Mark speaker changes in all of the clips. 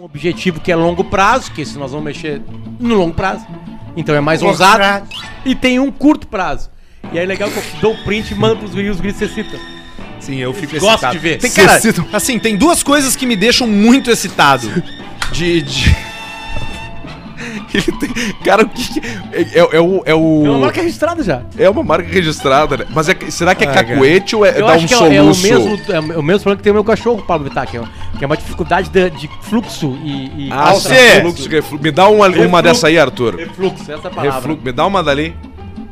Speaker 1: objetivo que é longo prazo, que se nós vamos mexer no longo prazo, então é mais
Speaker 2: Longo
Speaker 1: ousado.
Speaker 2: prazo.
Speaker 1: E tem um curto prazo. E aí é legal que eu dou o print e mando pros guris, os guris se excitam.
Speaker 3: Sim, eu fico
Speaker 1: Gosto
Speaker 3: excitado.
Speaker 1: de ver.
Speaker 3: Tem,
Speaker 2: Se
Speaker 3: cara,
Speaker 2: excitam.
Speaker 3: assim, tem duas coisas que me deixam muito excitado. De. de...
Speaker 4: Ele tem- Cara, o que. que- É, é- é o. É, o...
Speaker 1: É uma marca registrada já.
Speaker 4: É uma marca registrada, né? Mas é que- será que é
Speaker 3: Ah,
Speaker 4: cacuete ou é
Speaker 1: Eu
Speaker 4: dá
Speaker 1: acho
Speaker 4: um
Speaker 1: que é, o- é o
Speaker 4: soluço?
Speaker 1: mesmo, é o mesmo problema que tem o meu cachorro, Pablo Vittar, que é, que é uma dificuldade de, de fluxo e. e
Speaker 4: Ah,
Speaker 1: contra-
Speaker 4: sim. Fluxo, reflu- Me dá uma, uma
Speaker 1: Refluxo.
Speaker 4: dessa aí, Arthur.
Speaker 1: Refluxo, essa é a palavra.
Speaker 4: Refluxo, me dá uma dali.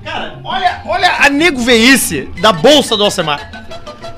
Speaker 2: Cara, olha, olha a nego veice da bolsa do Alcemar.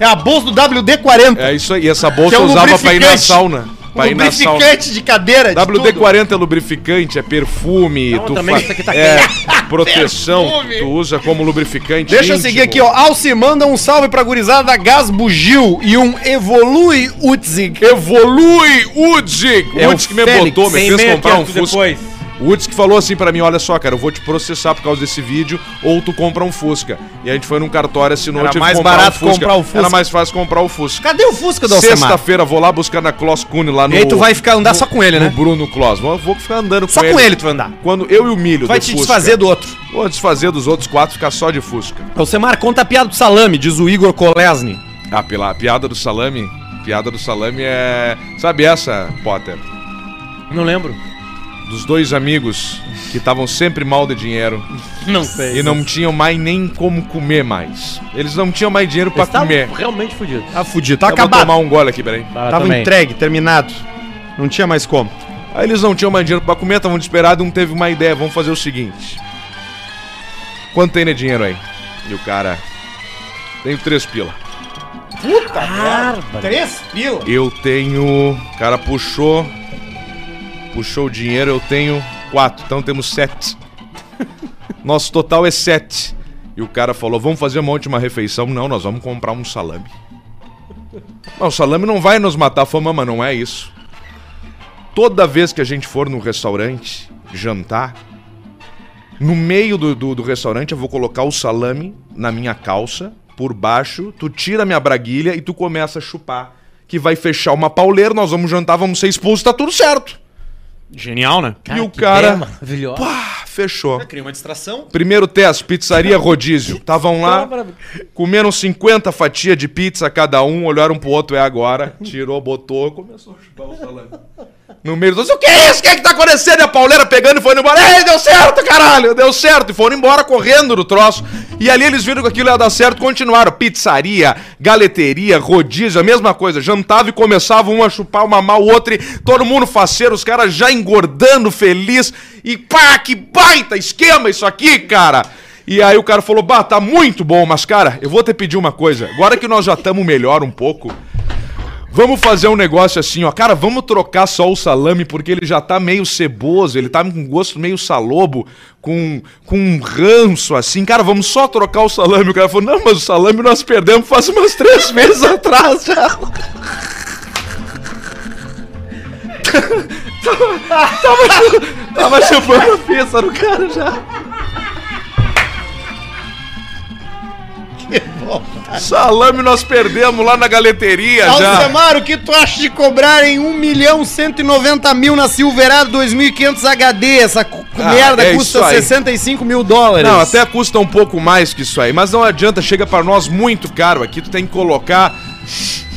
Speaker 2: É a bolsa do WD-40.
Speaker 4: É isso aí. E essa bolsa
Speaker 2: Que é
Speaker 4: eu
Speaker 2: um
Speaker 4: usava pra ir na
Speaker 2: lubrificante.
Speaker 4: sauna.
Speaker 3: É,
Speaker 4: Pra ir na sauna.
Speaker 2: lubrificante Um de cadeira. de tudo.
Speaker 4: WD-40 é lubrificante, é perfume,
Speaker 1: Não, também isso aqui tá
Speaker 4: é proteção,
Speaker 2: Perfume.
Speaker 4: tu usa como lubrificante
Speaker 2: Deixa eu
Speaker 4: íntimo.
Speaker 2: seguir aqui, ó. Alce manda um salve pra gurizada da Gás Bugil e um Evolui Utzig.
Speaker 4: Evolui Udig!
Speaker 2: É
Speaker 4: o
Speaker 2: o
Speaker 4: Udig que me
Speaker 2: Félix,
Speaker 4: botou, me
Speaker 1: Sem
Speaker 4: fez
Speaker 1: meia,
Speaker 4: comprar um
Speaker 1: Quieto,
Speaker 4: Fusca.
Speaker 1: depois.
Speaker 4: O Uds que falou assim pra mim, olha só, cara, eu vou te processar por causa desse vídeo, ou tu compra um Fusca. E a gente foi num cartório, assinou,
Speaker 2: Era
Speaker 4: eu tive
Speaker 2: mais
Speaker 4: que comprar
Speaker 2: barato
Speaker 4: um Fusca.
Speaker 2: comprar o Fusca.
Speaker 4: Era mais fácil comprar o Fusca.
Speaker 2: Cadê o Fusca do Alcemar?
Speaker 4: Sexta-feira vou lá buscar na Kloss Cune lá no...
Speaker 2: E aí tu vai ficar andar só com ele,
Speaker 4: no
Speaker 2: né?
Speaker 4: Bruno Kloss. Vou, vou ficar andando
Speaker 2: Só com ele tu vai andar.
Speaker 4: Quando eu e o Milho
Speaker 2: Vai
Speaker 4: do
Speaker 2: te
Speaker 4: Fusca.
Speaker 2: desfazer do outro.
Speaker 4: Vou desfazer dos outros quatro, ficar só de Fusca.
Speaker 2: Alcemar, conta a piada do salame, diz o Igor Kolesny.
Speaker 4: Ah, pela piada do salame... Piada do salame é... Sabe essa, Potter?
Speaker 1: Não lembro.
Speaker 4: Dos dois amigos que estavam sempre mal de dinheiro...
Speaker 1: Não sei.
Speaker 4: E não tinham mais nem como comer mais. Eles não tinham mais dinheiro pra
Speaker 1: Eles tavam
Speaker 4: comer.
Speaker 1: tá realmente fudido.
Speaker 2: Tá fudido, tá
Speaker 4: Eu vou
Speaker 2: acabado.
Speaker 4: tomar um gole aqui, peraí.
Speaker 1: Tá,
Speaker 2: Tava entregue, terminado. Não tinha mais como.
Speaker 4: Aí eles não tinham mais dinheiro pra comer, estavam desesperados, um teve uma ideia, vamos fazer o seguinte. Quanto tem de dinheiro aí? E o cara... Tenho três pila.
Speaker 2: Três pila.
Speaker 4: Eu tenho... O cara puxou... Puxou o dinheiro, eu tenho quatro, então temos sete. Nosso total é sete. E o cara falou, vamos fazer uma última refeição? Não, nós vamos comprar um salame. Não, o salame não vai nos matar, falou, mama, não é isso. Toda vez que a gente for num restaurante jantar, no meio do, do, do restaurante eu vou colocar o salame na minha calça, por baixo, tu tira a minha braguilha e tu começa a chupar. Que vai fechar uma pauleira, nós vamos jantar, vamos ser expulsos, tá tudo certo.
Speaker 2: Genial, né?
Speaker 4: e
Speaker 1: Ah,
Speaker 4: o cara.
Speaker 1: Maravilhoso.
Speaker 4: Pá, fechou.
Speaker 2: Cria uma distração.
Speaker 4: Primeiro teste, pizzaria rodízio. Estavam lá, comeram 50 fatias de pizza cada um, olharam pro outro, é agora. Tirou, botou, começou a chupar o salame. No meio dos o que é isso? O que é que tá acontecendo? E a pauleira pegando e foi embora. Ei, deu certo, caralho! Deu certo! E foram embora correndo do troço. E ali eles viram que aquilo ia dar certo, continuaram. Pizzaria, galeteria, rodízio, a mesma coisa. Jantava e começava um a chupar, uma mal, o outro. E todo mundo faceiro, os caras já engordando, feliz. E pá, que baita esquema isso aqui, cara! E aí o cara falou, bah, tá muito bom, mas cara, eu vou te pedir uma coisa. Agora que nós já estamos melhor um pouco, vamos fazer um negócio assim, ó. Cara, vamos trocar só o salame, porque ele já tá meio ceboso, ele tá com um gosto meio salobo, com, com um ranço, assim. Cara, vamos só trocar o salame. O cara falou, não, mas o salame nós perdemos faz umas três meses atrás já. tava, tava, tava chupando a pizza no cara já. Salame nós perdemos lá na galeteria É, já.
Speaker 2: Alcemar, o que tu acha de cobrar em 1 milhão 190 mil na Silverado 2500 HD? Essa cu-
Speaker 4: Ah,
Speaker 2: merda
Speaker 4: é isso
Speaker 2: custa
Speaker 4: aí.
Speaker 2: 65 mil dólares.
Speaker 4: Não, até custa um pouco mais que isso aí, mas não adianta, chega pra nós muito caro aqui, tu tem que colocar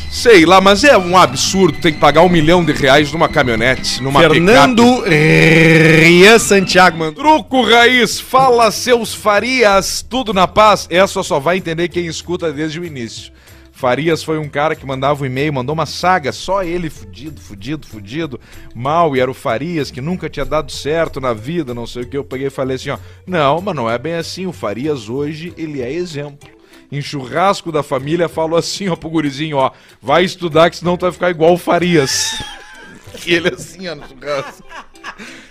Speaker 4: sei lá, mas é um absurdo, tem que pagar um milhão de reais numa caminhonete, numa picape.
Speaker 2: Fernando Rian Santiago, mano.
Speaker 4: Truco Raiz, fala seus Farias, tudo na paz. Essa só vai entender quem escuta desde o início. Farias foi um cara que mandava um e-mail, mandou uma saga, só ele fudido, fudido, fudido, mal, e era o Farias que nunca tinha dado certo na vida, não sei o que. Eu peguei e falei assim: ó, não, mas não é bem assim. O Farias hoje, ele é exemplo. Em churrasco da família, falou assim, ó, pro gurizinho: ó, vai estudar que senão tu vai ficar igual o Farias. e ele assim, ó, no churrasco.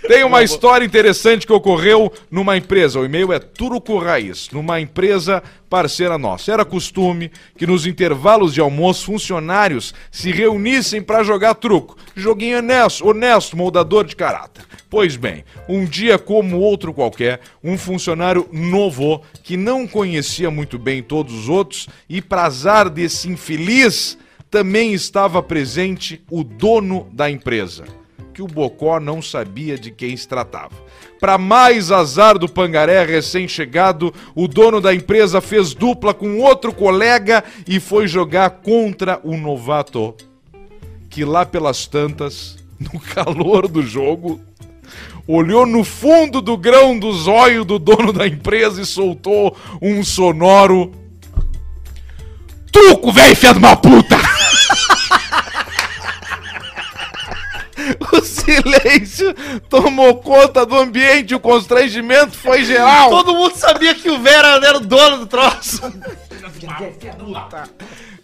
Speaker 4: Tem uma história interessante que ocorreu numa empresa. O e-mail é Turuco Raiz, numa empresa parceira nossa. Era costume que nos intervalos de almoço funcionários se reunissem para jogar truco. Joguinho honesto, honesto, moldador de caráter. Pois bem, um dia como outro qualquer, um funcionário novo que não conhecia muito bem todos os outros e pra azar desse infeliz também estava presente o dono da empresa que o Bocó não sabia de quem se tratava. Para mais azar do pangaré recém-chegado, o dono da empresa fez dupla com outro colega e foi jogar contra o novato, que lá pelas tantas, no calor do jogo, olhou no fundo do grão do zóio do dono da empresa e soltou um sonoro. Tuco, velho, filha de uma puta! O silêncio tomou conta do ambiente, o constrangimento foi geral.
Speaker 2: Todo mundo sabia que o Vera era o dono do troço.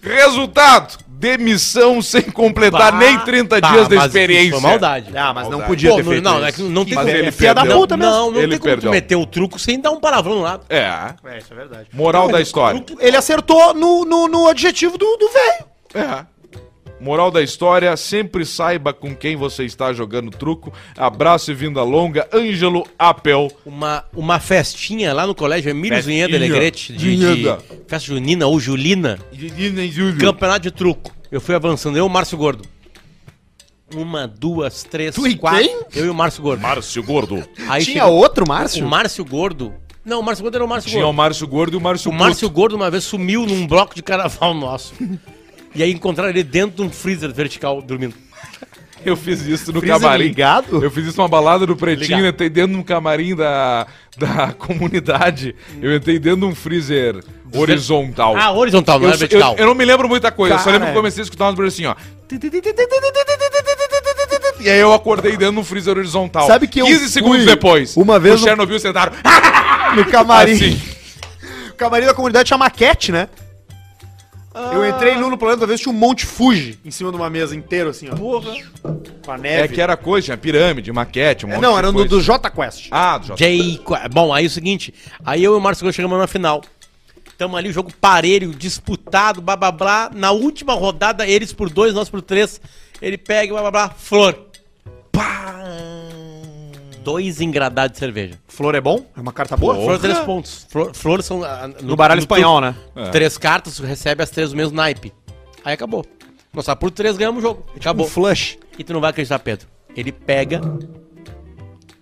Speaker 4: Resultado: demissão sem completar
Speaker 2: Bah.
Speaker 4: nem 30
Speaker 1: Tá,
Speaker 4: dias da
Speaker 1: mas isso
Speaker 4: experiência.
Speaker 1: Foi maldade.
Speaker 2: Ah, mas
Speaker 4: Maldade.
Speaker 2: não
Speaker 4: podia
Speaker 1: Pô,
Speaker 2: podia ter feito
Speaker 1: não,
Speaker 2: isso.
Speaker 1: é que não tem
Speaker 4: Mas
Speaker 1: como.
Speaker 4: ele
Speaker 1: é piada
Speaker 4: perdeu.
Speaker 1: puta mesmo. Não, não
Speaker 4: Ele
Speaker 1: tem como
Speaker 4: perdeu.
Speaker 1: tu meter o truco sem dar um palavrão lá.
Speaker 4: É.
Speaker 2: É, isso é verdade.
Speaker 4: Moral da história.
Speaker 2: Ele acertou no, no, no adjetivo do, do velho.
Speaker 4: É. Moral da história, sempre saiba com quem você está jogando truco. Abraço e vinda longa, Ângelo Apel.
Speaker 1: Uma, uma festinha lá no colégio Emílio
Speaker 4: Festinha.
Speaker 1: Zunheda Alegrete, de, de
Speaker 4: Zunheda.
Speaker 1: festa junina ou julina, campeonato de truco. Eu fui avançando, eu e o Márcio Gordo. Uma, duas, três,
Speaker 2: Tu e
Speaker 1: quatro.
Speaker 2: quem?
Speaker 1: Eu e o Márcio Gordo.
Speaker 4: Márcio Gordo.
Speaker 1: Aí
Speaker 2: Tinha
Speaker 1: chegou-
Speaker 2: outro,
Speaker 1: O
Speaker 2: Márcio?
Speaker 1: Márcio Gordo. Não, o Márcio Gordo era o Márcio
Speaker 4: Tinha o
Speaker 1: Gordo.
Speaker 4: Márcio Gordo e o Márcio
Speaker 1: O Márcio Gordo uma vez sumiu num bloco de carnaval nosso. E aí encontraram ele dentro de um freezer vertical dormindo.
Speaker 4: Puto. Eu fiz isso no
Speaker 2: Freezer
Speaker 4: camarim.
Speaker 2: é ligado?
Speaker 4: Eu fiz isso numa balada do Pretinho,
Speaker 1: Ligado.
Speaker 4: entrei dentro de um camarim da, da comunidade. Eu entrei dentro de um freezer horizontal.
Speaker 1: Ah, horizontal, não
Speaker 4: eu,
Speaker 1: era
Speaker 4: só-
Speaker 1: vertical.
Speaker 4: eu- eu não me lembro muita coisa, eu só lembro que
Speaker 2: Cara.
Speaker 4: comecei a escutar umas coisas assim, ó. E aí eu acordei dentro de um freezer horizontal.
Speaker 2: Sabe que eu
Speaker 4: 15 segundos
Speaker 2: fui
Speaker 4: depois.
Speaker 2: uma vez
Speaker 4: O
Speaker 2: no-
Speaker 4: Chernobyl sentaram. Ah,
Speaker 2: No camarim.
Speaker 4: Assim.
Speaker 2: O camarim da comunidade tinha maquete, né? Eu entrei no, no planeta, uma vez tinha um Monte Fuji em cima de uma mesa inteira, assim, ó. Porra. Com a neve.
Speaker 4: É que era coisa, tinha pirâmide, maquete, um
Speaker 2: É,
Speaker 4: monte
Speaker 2: não,
Speaker 4: de
Speaker 2: era no
Speaker 4: coisa.
Speaker 2: do J Quest.
Speaker 4: Ah, do J.
Speaker 1: Jay, Qua- bom, aí é o seguinte, aí eu e o Márcio Gomes chegamos na final. Tamo ali, o jogo parelho, disputado, blá blá blá. Na última rodada, eles por dois, nós por três. Ele pega, blá blá blá, flor. Pá! Dois engradados de cerveja.
Speaker 2: Flor é bom? É uma carta boa?
Speaker 1: Flor, três pontos. Flor, flor são. ah,
Speaker 2: No baralho espanhol, né?
Speaker 1: É. Três cartas, recebe as três do mesmo naipe. Aí acabou. Nós só por três ganhamos o
Speaker 4: É tipo
Speaker 1: jogo. Acabou.
Speaker 2: flush.
Speaker 1: E tu não vai acreditar, Pedro. Ele pega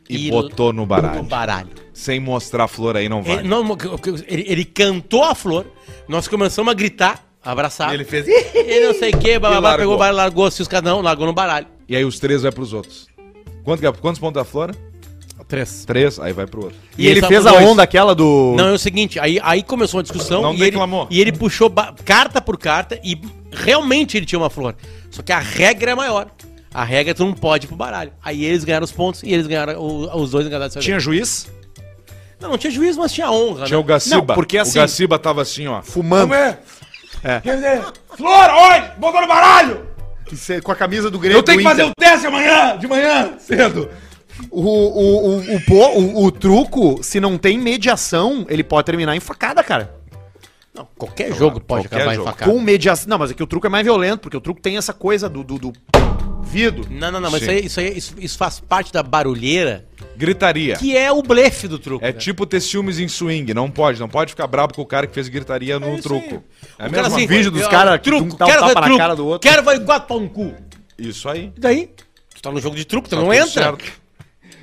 Speaker 4: E botou no baralho.
Speaker 1: no baralho.
Speaker 4: Sem mostrar a flor aí não vai.
Speaker 1: Ele, não, ele- ele cantou a flor, nós começamos a gritar, abraçar. Ele,
Speaker 4: fez.
Speaker 1: não sei o que,
Speaker 4: E largou.
Speaker 1: pegou o baralho, largou assim os cadão, largou no baralho.
Speaker 4: E aí os três vai pros outros. Quanto que é- quantos pontos da flora?
Speaker 1: Três.
Speaker 4: Três, aí vai pro outro.
Speaker 2: E, ele fez a onda aquela do.
Speaker 1: Não, é o seguinte, aí, aí começou uma discussão
Speaker 4: Não
Speaker 1: e, ele,
Speaker 4: declamou.
Speaker 1: e ele puxou ba- carta por carta e realmente ele tinha uma flor. Só que a regra é maior. A regra é tu não pode ir pro baralho. Aí eles ganharam os pontos e eles ganharam o- os dois enganados.
Speaker 2: Tinha juiz?
Speaker 1: Não, não tinha juiz, mas tinha honra,
Speaker 4: Tinha o
Speaker 1: né?
Speaker 4: Gaciba.
Speaker 2: Não, porque assim-
Speaker 4: O Gaciba tava assim, ó.
Speaker 2: Fumando.
Speaker 4: é? Flora, olha! Botou no baralho!
Speaker 2: Com a camisa do Grêmio.
Speaker 4: Eu tenho que fazer o teste amanhã, de manhã, cedo.
Speaker 2: O, o, o, o, po- o- o truco, se não tem mediação, ele pode terminar em facada, cara.
Speaker 1: Não, qualquer jogo pode
Speaker 4: qualquer
Speaker 1: acabar
Speaker 4: jogo.
Speaker 1: em facada.
Speaker 2: Com mediação. Não, mas é que o truco é mais violento, porque o truco tem essa coisa do. do, do vidro.
Speaker 1: Não, não, não, mas isso,
Speaker 4: Sim.
Speaker 1: aí, isso, aí, isso, isso faz parte da barulheira,
Speaker 4: Gritaria.
Speaker 1: que é o blefe do truco.
Speaker 4: É
Speaker 1: né?
Speaker 4: tipo ter ciúmes em swing, não pode, não pode ficar brabo com o cara que fez gritaria no
Speaker 1: isso
Speaker 4: truco. É
Speaker 1: O cara
Speaker 4: mesmo
Speaker 1: assim,
Speaker 4: vídeo
Speaker 2: dos
Speaker 1: eu-
Speaker 2: cara que
Speaker 1: truco,
Speaker 2: um dá um
Speaker 1: quero
Speaker 2: tapa
Speaker 1: ver
Speaker 2: na
Speaker 1: truco,
Speaker 2: cara do outro.
Speaker 1: quero ver igual pau no cu.
Speaker 4: Isso aí.
Speaker 1: E daí? Tu tá no jogo de truco, tu não
Speaker 4: tudo
Speaker 1: entra.
Speaker 4: certo.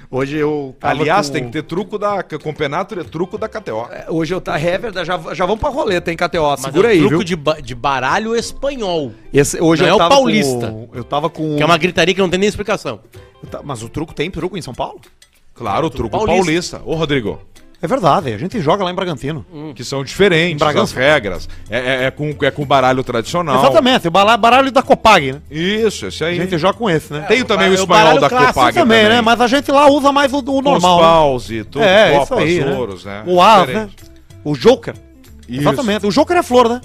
Speaker 2: Hoje eu. tava
Speaker 4: Aliás,
Speaker 2: com-
Speaker 4: tem que ter truco da campeonato, é truco da KTO.
Speaker 2: É,
Speaker 5: Hoje eu tá Reverda, já, já vamos pra roleta, hein, KTO?
Speaker 1: Mas
Speaker 5: Segura
Speaker 1: é um
Speaker 5: aí,
Speaker 1: truco
Speaker 5: viu?
Speaker 1: de, ba- de baralho espanhol.
Speaker 2: Esse- hoje
Speaker 1: Não
Speaker 2: eu
Speaker 1: é o
Speaker 2: tava
Speaker 1: paulista.
Speaker 2: com- eu tava com.
Speaker 1: Que é uma gritaria que não tem nem explicação.
Speaker 2: eu ta- Mas o truco tem truco em São Paulo?
Speaker 4: Claro, truco
Speaker 1: paulista.
Speaker 4: paulista. Ô, Rodrigo,
Speaker 2: É verdade, a gente joga lá em Bragantino.
Speaker 4: que são diferentes as
Speaker 2: Bragança.
Speaker 4: regras. É, é- é com, é com baralho tradicional.
Speaker 2: Exatamente, o baralho, baralho da Copag, né?
Speaker 4: Isso, esse
Speaker 2: A
Speaker 4: aí.
Speaker 2: gente joga com esse, né?
Speaker 4: Tem também
Speaker 1: é
Speaker 4: o
Speaker 1: o
Speaker 4: espanhol
Speaker 1: baralho
Speaker 4: da
Speaker 1: clássico
Speaker 4: Copag
Speaker 2: também, né? Mas a gente lá usa mais o, o
Speaker 4: Com
Speaker 2: normal.
Speaker 4: Os
Speaker 2: né?
Speaker 4: pause, tudo,
Speaker 2: É,
Speaker 4: copas,
Speaker 2: isso aí, né?
Speaker 4: ouros, né?
Speaker 2: O As, né?
Speaker 4: Diferente.
Speaker 2: O Joker.
Speaker 4: Isso.
Speaker 2: Exatamente. O Joker é flor, né?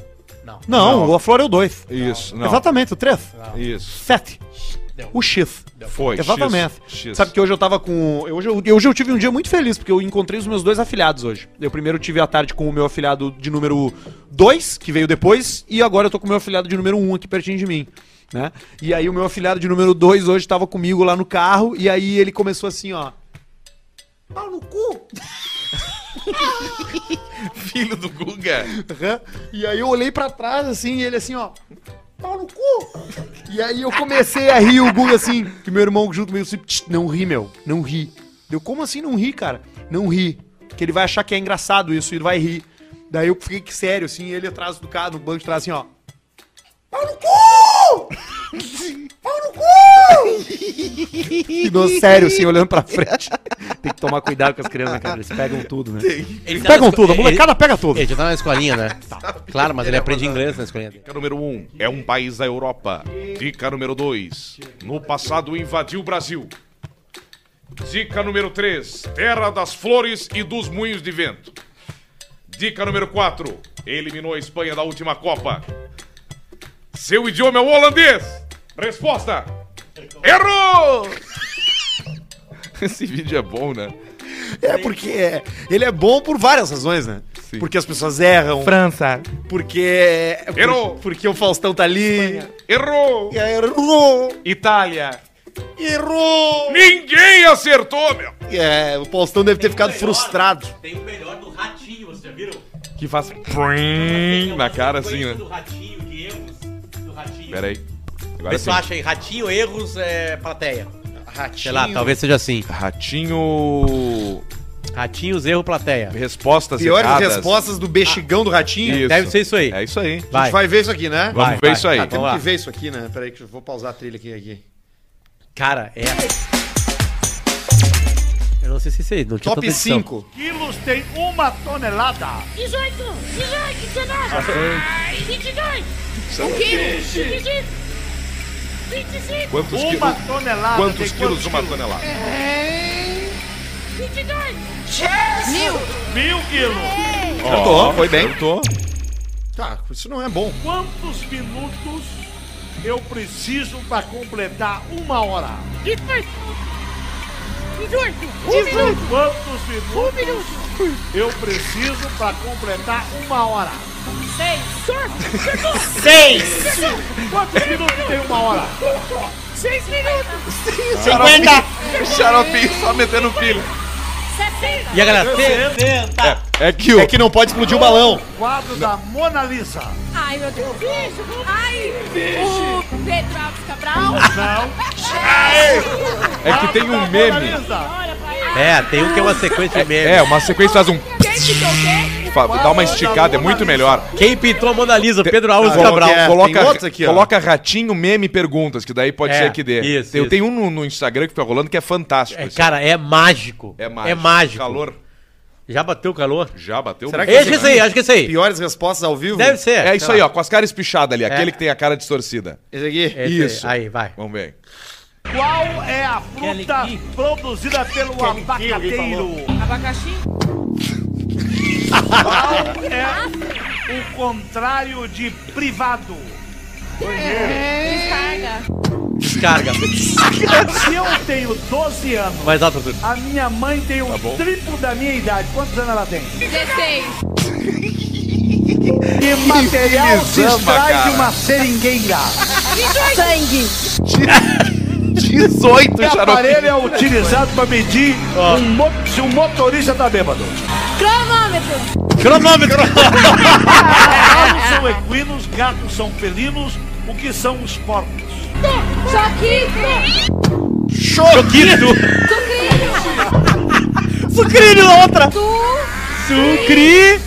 Speaker 2: Não. Não,
Speaker 4: Não.
Speaker 2: a flor é o 2.
Speaker 4: Isso, não.
Speaker 2: Exatamente, o 3.
Speaker 4: Isso.
Speaker 2: 7. O X.
Speaker 4: Foi.
Speaker 2: Exatamente.
Speaker 4: X, X.
Speaker 5: Sabe que hoje eu tava com. Hoje eu, hoje eu tive um dia muito feliz, porque eu encontrei os meus dois afiliados hoje. Eu primeiro tive a tarde com o meu afiliado de número 2, que veio depois, e agora eu tô com o meu afiliado de número 1 um aqui pertinho de mim. Né? E aí o meu afiliado de número 2 hoje tava comigo lá no carro, e aí ele começou assim, ó. Pau no cu!
Speaker 4: filho do Guga.
Speaker 2: Aham. E aí eu olhei pra trás, assim, e ele assim, ó. Pau no cu! E aí eu comecei a rir, o Guga assim, que meu irmão junto meio assim, "Tch, não ri, meu, não ri. Deu, como assim não ri, cara? Não ri. Que ele vai achar que é engraçado isso e ele vai rir. Daí eu fiquei que sério, assim, ele atrás do carro, no banco de trás, assim, ó. Pau no cu! Pau no cu! E no sério, assim, olhando pra frente.
Speaker 5: Tem que tomar cuidado com as crianças, cara. Eles pegam tudo, né?
Speaker 1: Eles
Speaker 2: Pegam tudo, a molecada pega tudo.
Speaker 1: tá Ele já tá na escolinha, né? Claro, mas ele né? aprende inglês na escolinha dele.
Speaker 4: Dica número 1 um, é um país da Europa. Dica número 2, no passado invadiu o Brasil. Dica número 3, terra das flores e dos moinhos de vento. Dica número 4, eliminou a Espanha da última Copa. Seu idioma é o holandês. Resposta: Errou! Esse vídeo é bom, né?
Speaker 2: É porque é- ele é bom por várias razões, né?
Speaker 4: Sim.
Speaker 2: Porque as pessoas erram. França. Porque. é,
Speaker 4: Errou.
Speaker 2: por- Porque o Faustão tá ali.
Speaker 4: Errou!
Speaker 2: Errou!
Speaker 5: Itália.
Speaker 2: Errou!
Speaker 4: Ninguém acertou, meu!
Speaker 2: É, o Faustão deve ter ficado frustrado.
Speaker 1: Tem o melhor do ratinho, vocês já viram?
Speaker 4: Que faz prim na cara assim, né?
Speaker 1: Do ratinho, de erros do ratinho.
Speaker 4: Pera aí. Agora sim.
Speaker 1: Pessoal acha aí, ratinho, erros, é, plateia. Ratinho. Sei lá, talvez seja assim.
Speaker 4: Ratinho.
Speaker 1: Ratinhos, erro, plateia.
Speaker 4: Respostas
Speaker 2: Piores
Speaker 4: erradas.
Speaker 2: respostas do bexigão do ratinho.
Speaker 4: Isso.
Speaker 1: Deve ser isso aí.
Speaker 4: É isso aí.
Speaker 2: A
Speaker 1: Vai.
Speaker 2: gente vai ver isso aqui, né?
Speaker 1: Vai,
Speaker 4: Vamos ver
Speaker 1: vai.
Speaker 4: isso aí.
Speaker 1: Tá,
Speaker 2: Temos
Speaker 1: vamos lá.
Speaker 2: que ver isso aqui, né? Peraí, que eu vou pausar a trilha aqui. aqui.
Speaker 1: Cara, é. Eu não sei se isso aí. Não tinha
Speaker 2: Top
Speaker 1: tanta edição.
Speaker 2: 5.
Speaker 6: quilos tem uma tonelada.
Speaker 7: 18, 18, 19, 22, 20, 25, 25,
Speaker 4: Quantos
Speaker 6: Uma
Speaker 4: quilos?
Speaker 6: tonelada.
Speaker 4: Quantos
Speaker 6: tem
Speaker 4: quilos uma tonelada?
Speaker 2: É.
Speaker 7: 22.
Speaker 6: Mil quilos.
Speaker 4: Acertou, foi bem. Acertou.
Speaker 2: Tá, isso não é bom.
Speaker 6: Quantos minutos eu preciso para completar uma hora?
Speaker 7: 18, 18,
Speaker 6: Quantos minutos
Speaker 7: 1 minuto.
Speaker 6: eu preciso para completar uma hora?
Speaker 7: 6, chegou, chegou.
Speaker 6: Quantos minutos tem uma hora?
Speaker 7: 6 minutos.
Speaker 4: Xarope, xarope, só metendo filho.
Speaker 7: 70.
Speaker 1: E a galera, 70.
Speaker 4: É que o.
Speaker 2: É que não pode explodir o balão.
Speaker 6: Quadro da Mona Lisa.
Speaker 7: Ai, meu Deus. Ai, o Pedro Alves Cabral.
Speaker 4: É que tem um meme.
Speaker 7: Olha pra ele.
Speaker 1: É, tem um que é uma sequência de memes.
Speaker 4: É, uma sequência faz um.
Speaker 7: Quem que toquei?
Speaker 4: fa- Dá uma esticada, é Tá muito melhor.
Speaker 1: Quem pintou a Mona Lisa? Pedro Alves
Speaker 2: Qual
Speaker 1: Cabral.
Speaker 2: que é? tem outros
Speaker 4: Coloca,
Speaker 2: aqui, ó.
Speaker 4: coloca ratinho, meme e perguntas, que daí pode
Speaker 1: É,
Speaker 4: ser que dê.
Speaker 1: isso,
Speaker 4: Eu
Speaker 1: isso.
Speaker 4: tenho um no, no Instagram que foi rolando que é fantástico.
Speaker 1: É,
Speaker 4: esse.
Speaker 1: cara, é mágico.
Speaker 4: é mágico.
Speaker 1: É mágico.
Speaker 4: Calor
Speaker 1: Já bateu o calor?
Speaker 4: já bateu.
Speaker 2: Será que
Speaker 1: Acho que esse aí, acho que esse aí.
Speaker 2: Piores respostas ao vivo?
Speaker 1: Deve ser. Tá.
Speaker 4: É isso aí, ó, com as caras espichadas ali, aquele
Speaker 1: É.
Speaker 4: que tem a cara distorcida.
Speaker 2: Esse aqui?
Speaker 1: Isso.
Speaker 4: Isso.
Speaker 1: Aí, vai.
Speaker 4: Vamos ver.
Speaker 6: Qual é a fruta produzida pelo abacateiro?
Speaker 7: Abacaxi.
Speaker 6: É o contrário de privado.
Speaker 7: Carga.
Speaker 1: Descarga.
Speaker 6: Se eu tenho 12 anos,
Speaker 1: Mais alto, Arthur.
Speaker 6: a minha mãe tem o triplo da minha idade. Quantos anos ela tem?
Speaker 7: 16.
Speaker 6: Que material se
Speaker 4: exama,
Speaker 6: extrai de
Speaker 4: cara.
Speaker 6: uma seringueira?
Speaker 7: Sangue.
Speaker 4: 18
Speaker 6: Que aparelho é utilizado para medir um mo- se um motorista tá bêbado?
Speaker 7: Cronômetro.
Speaker 1: Cronômetro.
Speaker 6: Gatos são equinos, gatos são felinos. O que são os porcos?
Speaker 7: Choquito.
Speaker 1: Choquito. Sucrilho, outra.
Speaker 7: Tu.
Speaker 1: Sucrilho.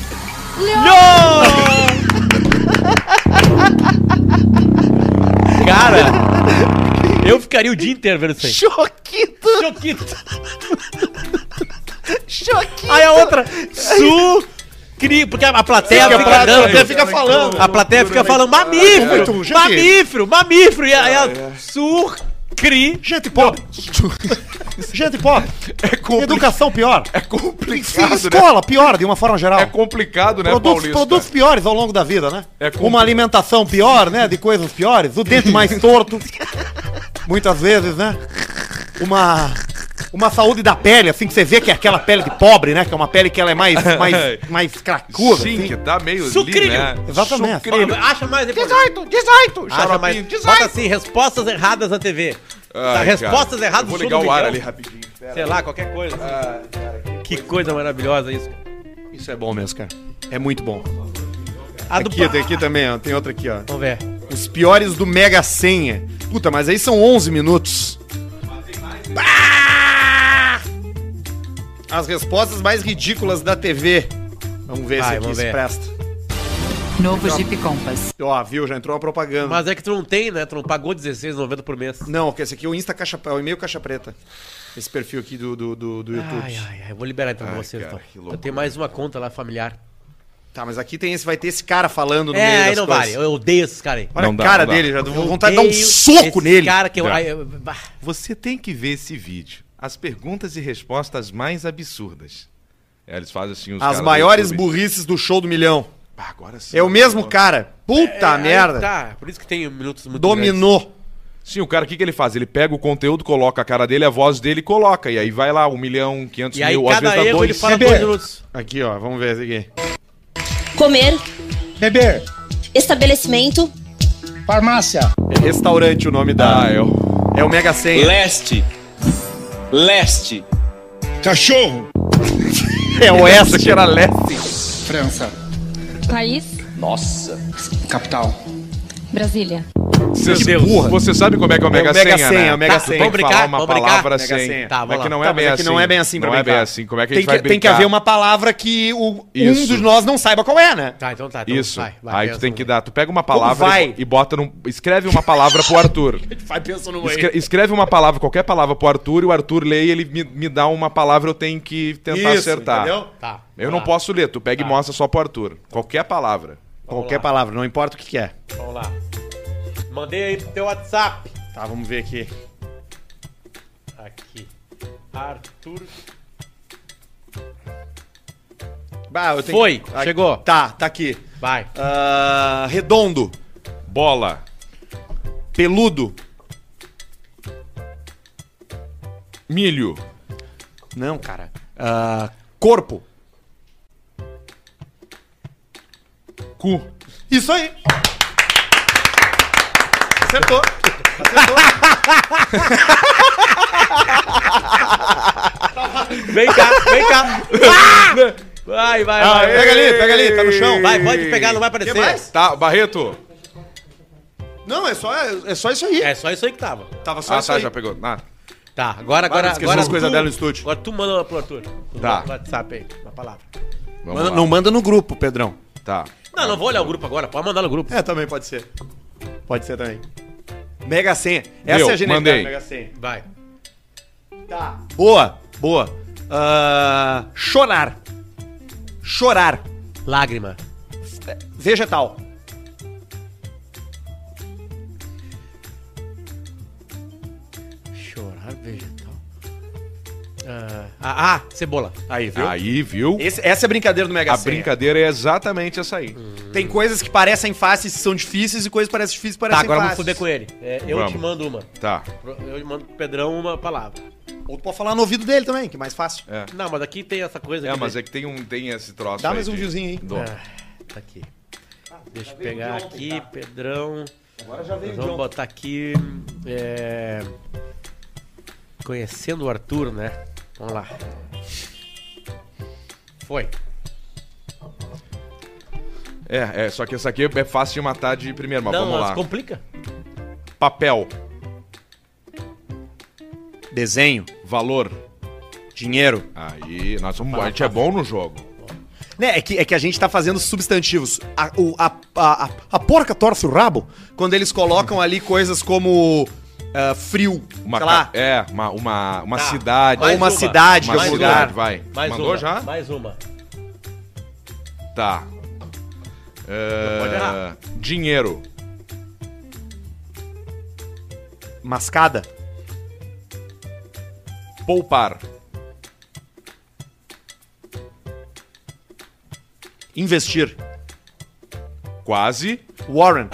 Speaker 1: Cara, eu ficaria o dia inteiro vendo isso aí.
Speaker 2: Choquito!
Speaker 1: Choquito. Choquito. Aí a outra. Sucri. Porque a plateia
Speaker 2: Fica
Speaker 1: fica,
Speaker 2: pra-
Speaker 1: dando.
Speaker 2: a plateia fica falando.
Speaker 1: A plateia fica falando
Speaker 4: né?
Speaker 1: mamífero.
Speaker 2: Muito, muito,
Speaker 1: mamífero, mamífero. E aí
Speaker 4: Ah, é.
Speaker 1: a sucri.
Speaker 2: Gente pobre. Gente pobre.
Speaker 4: É, compli...
Speaker 2: Educação pior.
Speaker 4: é
Speaker 2: Sim,
Speaker 4: complicado, né?
Speaker 2: escola pior, de uma forma geral.
Speaker 4: É complicado, né,
Speaker 2: produtos,
Speaker 4: Paulista?
Speaker 2: produtos piores ao longo da vida, né?
Speaker 4: É compli-
Speaker 2: uma alimentação pior, né? De coisas piores. O dente mais torto. muitas vezes, né? Uma. Uma saúde da pele, assim, que você vê que é aquela pele de pobre, né? Que é uma pele que ela é mais, mais, mais cracuda.
Speaker 4: Sim,
Speaker 2: assim.
Speaker 4: que tá meio
Speaker 1: Sucrilho.
Speaker 4: ali, né?
Speaker 2: Exatamente.
Speaker 1: Fala, Acha mais depois.
Speaker 2: 18, 18!
Speaker 1: Acha mais.
Speaker 4: Xaropinho,
Speaker 1: Bota assim, respostas erradas na TV. Tá,
Speaker 4: Ai,
Speaker 1: respostas
Speaker 4: cara.
Speaker 1: erradas
Speaker 4: Eu Vou
Speaker 1: do
Speaker 4: ligar
Speaker 1: Sul do
Speaker 4: o ar
Speaker 1: Miguel.
Speaker 4: ali rapidinho. Pera.
Speaker 1: Sei lá, qualquer coisa. assim. que coisa maravilhosa isso. cara.
Speaker 2: Isso é bom mesmo, cara. É muito bom.
Speaker 1: A do
Speaker 2: Aqui, tem aqui também, ó. Tem outra aqui, ó.
Speaker 1: Vamos ver.
Speaker 2: Os piores do Mega Senha. Puta, mas aí são 11 minutos. Pá! As respostas mais ridículas da TV. Vamos ver
Speaker 1: Vai,
Speaker 2: se aqui
Speaker 1: vamos
Speaker 2: se
Speaker 1: ver.
Speaker 2: presta. Então,
Speaker 8: Novo Jeep Compass.
Speaker 2: Ó, viu? Já entrou uma propaganda.
Speaker 1: Mas é que tu não tem, né? Tu não pagou R$16,90 por mês.
Speaker 2: Não, que esse aqui é o Insta Caixa é o e-mail Caixa Preta. Esse perfil aqui do, do, do, do YouTube.
Speaker 1: Ai, ai, ai. Eu vou liberar então pra vocês.
Speaker 4: cara,
Speaker 1: Então.
Speaker 4: que
Speaker 1: Eu
Speaker 4: loucura.
Speaker 1: tenho mais uma conta lá familiar.
Speaker 2: Tá, mas aqui tem esse, vai ter esse cara falando no meio
Speaker 1: É,
Speaker 2: das
Speaker 1: aí não
Speaker 2: coisas.
Speaker 1: vale. Eu odeio esses caras aí.
Speaker 2: Olha
Speaker 4: Não
Speaker 2: a
Speaker 4: dá,
Speaker 2: cara
Speaker 4: não dá.
Speaker 2: dele, já dou
Speaker 1: Eu
Speaker 2: vontade de dar um
Speaker 1: odeio
Speaker 2: soco
Speaker 1: esses
Speaker 2: nele.
Speaker 1: cara que eu...
Speaker 4: Já.
Speaker 1: ai, eu- bah.
Speaker 4: Você tem que ver esse vídeo. As perguntas e respostas mais absurdas. É, eles fazem assim os
Speaker 2: As
Speaker 4: caras do
Speaker 2: maiores
Speaker 4: YouTube.
Speaker 2: burrices do show do milhão.
Speaker 4: Ah, agora sim.
Speaker 2: É o mesmo cara. Puta
Speaker 4: É,
Speaker 1: Aí
Speaker 2: merda.
Speaker 1: Tá, por isso que tem minutos muito
Speaker 2: Dominou.
Speaker 4: Sim, o cara, o que, que ele faz? Ele pega o conteúdo, coloca a cara dele, a voz dele e coloca. E aí vai lá, um milhão, quinhentos
Speaker 1: E aí
Speaker 4: mil,
Speaker 1: cada erro ele
Speaker 4: dois.
Speaker 1: fala dois minutos.
Speaker 2: Aqui, ó, vamos ver esse aqui.
Speaker 9: Comer,
Speaker 5: Beber,
Speaker 9: estabelecimento,
Speaker 5: farmácia.
Speaker 2: É Restaurante o nome da.
Speaker 4: Ah, é o-
Speaker 2: É o Mega Senha.
Speaker 10: Leste. Leste.
Speaker 5: Cachorro.
Speaker 2: É o essa que era leve.
Speaker 10: França.
Speaker 9: país,
Speaker 10: Nossa.
Speaker 5: Capital.
Speaker 9: Brasília.
Speaker 4: Vocês- Você sabe como é que é o Mega,
Speaker 2: Mega
Speaker 4: Senha,
Speaker 2: Senha,
Speaker 4: né?
Speaker 2: é o Mega
Speaker 4: Tá,
Speaker 2: Senha.
Speaker 4: Tem que
Speaker 1: Vamos
Speaker 4: falar
Speaker 1: brincar?
Speaker 4: uma
Speaker 1: Vamos
Speaker 4: palavra
Speaker 1: brincar?
Speaker 2: Mega
Speaker 4: sem.
Speaker 2: Senha.
Speaker 1: Tá,
Speaker 4: Mas
Speaker 1: vamos
Speaker 4: que
Speaker 1: lá.
Speaker 4: não é
Speaker 2: Tá, mas
Speaker 4: bem
Speaker 2: é que
Speaker 4: assim.
Speaker 2: não é bem assim pra
Speaker 4: Não é
Speaker 2: brincar.
Speaker 4: bem assim. Como é que a
Speaker 2: Tem
Speaker 4: gente
Speaker 2: que,
Speaker 4: vai
Speaker 2: tem que
Speaker 4: brincar?
Speaker 2: haver uma palavra que o, um
Speaker 4: Isso.
Speaker 2: dos nós não saiba qual é, né?
Speaker 1: Tá, então tá. então
Speaker 4: Isso.
Speaker 1: vai, vai,
Speaker 4: aí tu
Speaker 1: pensa
Speaker 4: tem
Speaker 1: no-
Speaker 4: que dar. Tu pega uma palavra
Speaker 2: vai?
Speaker 4: e- e bota num. Escreve uma palavra pro Arthur.
Speaker 2: Vai pensando
Speaker 4: Escre- escreve uma palavra, qualquer palavra pro Arthur e o Arthur lê e ele me, me dá uma palavra, eu tenho que tentar
Speaker 2: Isso,
Speaker 4: acertar.
Speaker 2: entendeu?
Speaker 1: Tá.
Speaker 4: Eu não posso ler, tu pega e mostra só pro Arthur. Qualquer palavra.
Speaker 2: Qualquer palavra, não importa o que, que é.
Speaker 1: Vamos lá. Mandei aí pro teu WhatsApp.
Speaker 2: Tá, vamos ver aqui.
Speaker 1: Aqui. Arthur.
Speaker 2: Bah, eu tenho
Speaker 1: Foi,
Speaker 2: que- Ah,
Speaker 1: chegou.
Speaker 2: Tá, tá aqui.
Speaker 1: Vai.
Speaker 2: Ah, redondo,
Speaker 4: Bola.
Speaker 2: peludo.
Speaker 4: Milho.
Speaker 2: Não, cara. Ah, corpo.
Speaker 4: Cu.
Speaker 2: Isso aí. Acertou.
Speaker 1: Vem cá, vem cá. Vai, vai, vai.
Speaker 2: Pega ali, pega ali, tá no chão.
Speaker 1: Vai, pode pegar, não vai aparecer.
Speaker 2: Quer mais?
Speaker 4: Tá, Barreto.
Speaker 2: Não, é só, é só isso aí.
Speaker 1: É só isso aí que tava.
Speaker 2: Tava só
Speaker 4: Ah,
Speaker 2: isso
Speaker 4: tá,
Speaker 2: aí.
Speaker 4: já pegou. Ah,
Speaker 1: Tá, agora, agora,
Speaker 2: esqueceu
Speaker 1: agora.
Speaker 2: as coisas
Speaker 1: tu-
Speaker 2: dela no estúdio.
Speaker 1: Agora tu manda lá pro Arthur. Tu
Speaker 4: Tá.
Speaker 1: manda no WhatsApp aí, uma palavra.
Speaker 4: vamos
Speaker 2: Manda-
Speaker 4: lá.
Speaker 2: não manda no grupo, Pedrão.
Speaker 4: Tá.
Speaker 1: Não, não vou olhar o grupo agora, pode mandar no grupo.
Speaker 2: É, também pode ser. Pode ser também. Mega senha. Essa
Speaker 4: Deu,
Speaker 2: é a genialidade
Speaker 4: mandei.
Speaker 2: do Mega senha.
Speaker 1: Vai.
Speaker 2: Tá. Boa, boa. Ah, chorar. Chorar.
Speaker 1: Lágrima.
Speaker 2: Vegetal.
Speaker 1: Chorar vegetal. Ah, ah, ah, cebola.
Speaker 2: Aí, viu?
Speaker 4: Aí, viu?
Speaker 2: Esse- essa é a brincadeira do Mega
Speaker 4: A
Speaker 2: Senha.
Speaker 4: brincadeira é exatamente essa aí.
Speaker 2: Tem coisas que parecem fáceis e são difíceis e coisas que parecem difíceis e
Speaker 1: Tá,
Speaker 2: parecem
Speaker 1: agora vamos fuder
Speaker 2: fáceis.
Speaker 1: com ele. É, eu
Speaker 4: Vamos.
Speaker 1: te mando uma.
Speaker 4: Tá.
Speaker 1: Eu mando pro Pedrão uma palavra.
Speaker 2: Ou tu pode falar no ouvido dele também, que é mais fácil.
Speaker 4: É.
Speaker 1: Não, mas aqui tem essa coisa
Speaker 4: É,
Speaker 1: aqui.
Speaker 4: mas é que tem, um, tem esse troço
Speaker 2: Dá
Speaker 4: aí
Speaker 2: mais um
Speaker 4: de-
Speaker 2: videozinho aí.
Speaker 4: do-
Speaker 1: Tá aqui. Deixa eu pegar aqui, Pedrão. tá. Agora já veio Vamos botar aqui. é, Conhecendo o Arthur, né? Vamos lá. Foi.
Speaker 4: É, é, só que essa aqui é fácil de matar de primeiro, mas
Speaker 1: não,
Speaker 4: vamos
Speaker 1: mas
Speaker 4: lá.
Speaker 1: complica.
Speaker 4: Papel,
Speaker 2: Desenho,
Speaker 4: valor.
Speaker 2: dinheiro.
Speaker 4: Aí, nós somos, a gente é bom no jogo.
Speaker 2: Né, é que, é que a gente tá fazendo substantivos. A, o- a, a, a, a porca torce o rabo quando eles colocam ali coisas como ah, frio,
Speaker 4: Uma
Speaker 2: sei
Speaker 4: ca-
Speaker 2: lá,
Speaker 4: É, uma, uma, uma
Speaker 1: Tá.
Speaker 4: cidade.
Speaker 2: ou
Speaker 1: mais
Speaker 2: uma,
Speaker 1: uma.
Speaker 2: cidade,
Speaker 4: uma
Speaker 2: algum
Speaker 1: mais
Speaker 2: lugar.
Speaker 4: cidade, um vai.
Speaker 1: Mais
Speaker 4: Mandou
Speaker 1: uma.
Speaker 4: já?
Speaker 1: Mais uma.
Speaker 4: Tá. É,
Speaker 1: Pode errar.
Speaker 4: Dinheiro.
Speaker 2: Mascada,
Speaker 4: Poupar.
Speaker 2: investir.
Speaker 4: Quase.
Speaker 2: Warren.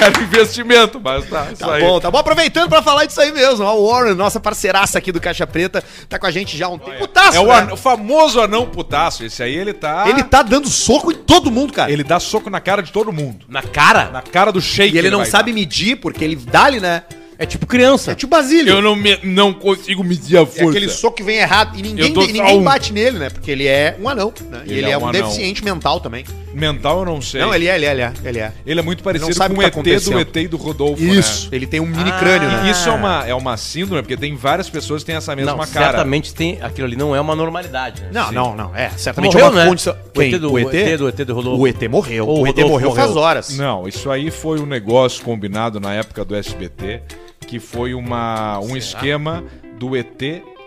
Speaker 4: Era investimento, mas tá. isso
Speaker 2: Tá
Speaker 4: aí.
Speaker 2: bom, tá bom. Aproveitando pra falar disso aí mesmo. ó, o Warren, nossa parceiraça aqui do Caixa Preta, tá com a gente já há um tempo. Putaço,
Speaker 4: É o,
Speaker 2: né?
Speaker 4: an- o famoso anão putaço. Esse aí ele tá.
Speaker 2: Ele tá dando soco em todo mundo, cara.
Speaker 4: ele dá soco na cara de todo mundo.
Speaker 1: Na cara?
Speaker 4: Na cara do shake.
Speaker 2: e ele não
Speaker 4: vai
Speaker 2: sabe
Speaker 4: dar.
Speaker 2: medir, porque ele dá-lhe, né?
Speaker 1: É tipo criança.
Speaker 2: É tipo Basílio.
Speaker 4: Eu não, me- não consigo medir a
Speaker 2: É
Speaker 4: força.
Speaker 2: aquele soco que vem errado. E ninguém,
Speaker 4: Eu tô
Speaker 2: e ninguém
Speaker 4: só um.
Speaker 2: bate nele, né? Porque ele é um anão. né? E ele, é, um,
Speaker 4: anão.
Speaker 2: deficiente mental também.
Speaker 4: Mental eu não sei.
Speaker 2: Não, ele é, ele é, ele é. Ele é.
Speaker 4: Ele é muito
Speaker 2: Não
Speaker 4: parecido
Speaker 2: sabe
Speaker 4: com
Speaker 2: o que
Speaker 4: o ET
Speaker 2: tá
Speaker 4: do
Speaker 2: acontecendo.
Speaker 4: ET e do Rodolfo,
Speaker 2: Isso.
Speaker 4: né?
Speaker 2: Ele tem um mini crânio, né?
Speaker 4: E Isso é uma, é uma síndrome, porque tem várias pessoas que têm essa mesma
Speaker 1: não,
Speaker 4: cara.
Speaker 1: certamente tem, aquilo ali não é uma normalidade, né?
Speaker 2: Não, não, não. É, certamente
Speaker 1: Morreu,
Speaker 2: é uma
Speaker 1: né?
Speaker 2: condição.
Speaker 1: O ET
Speaker 2: Quem?
Speaker 1: do, o ET do, o ET do Rodolfo.
Speaker 2: O ET morreu.
Speaker 1: Ou
Speaker 2: O,
Speaker 1: o
Speaker 2: ET
Speaker 1: Rodolfo
Speaker 2: morreu
Speaker 1: morreu.
Speaker 2: faz horas.
Speaker 4: Não, isso aí foi um negócio combinado na época do SBT, que foi uma, um esquema do ET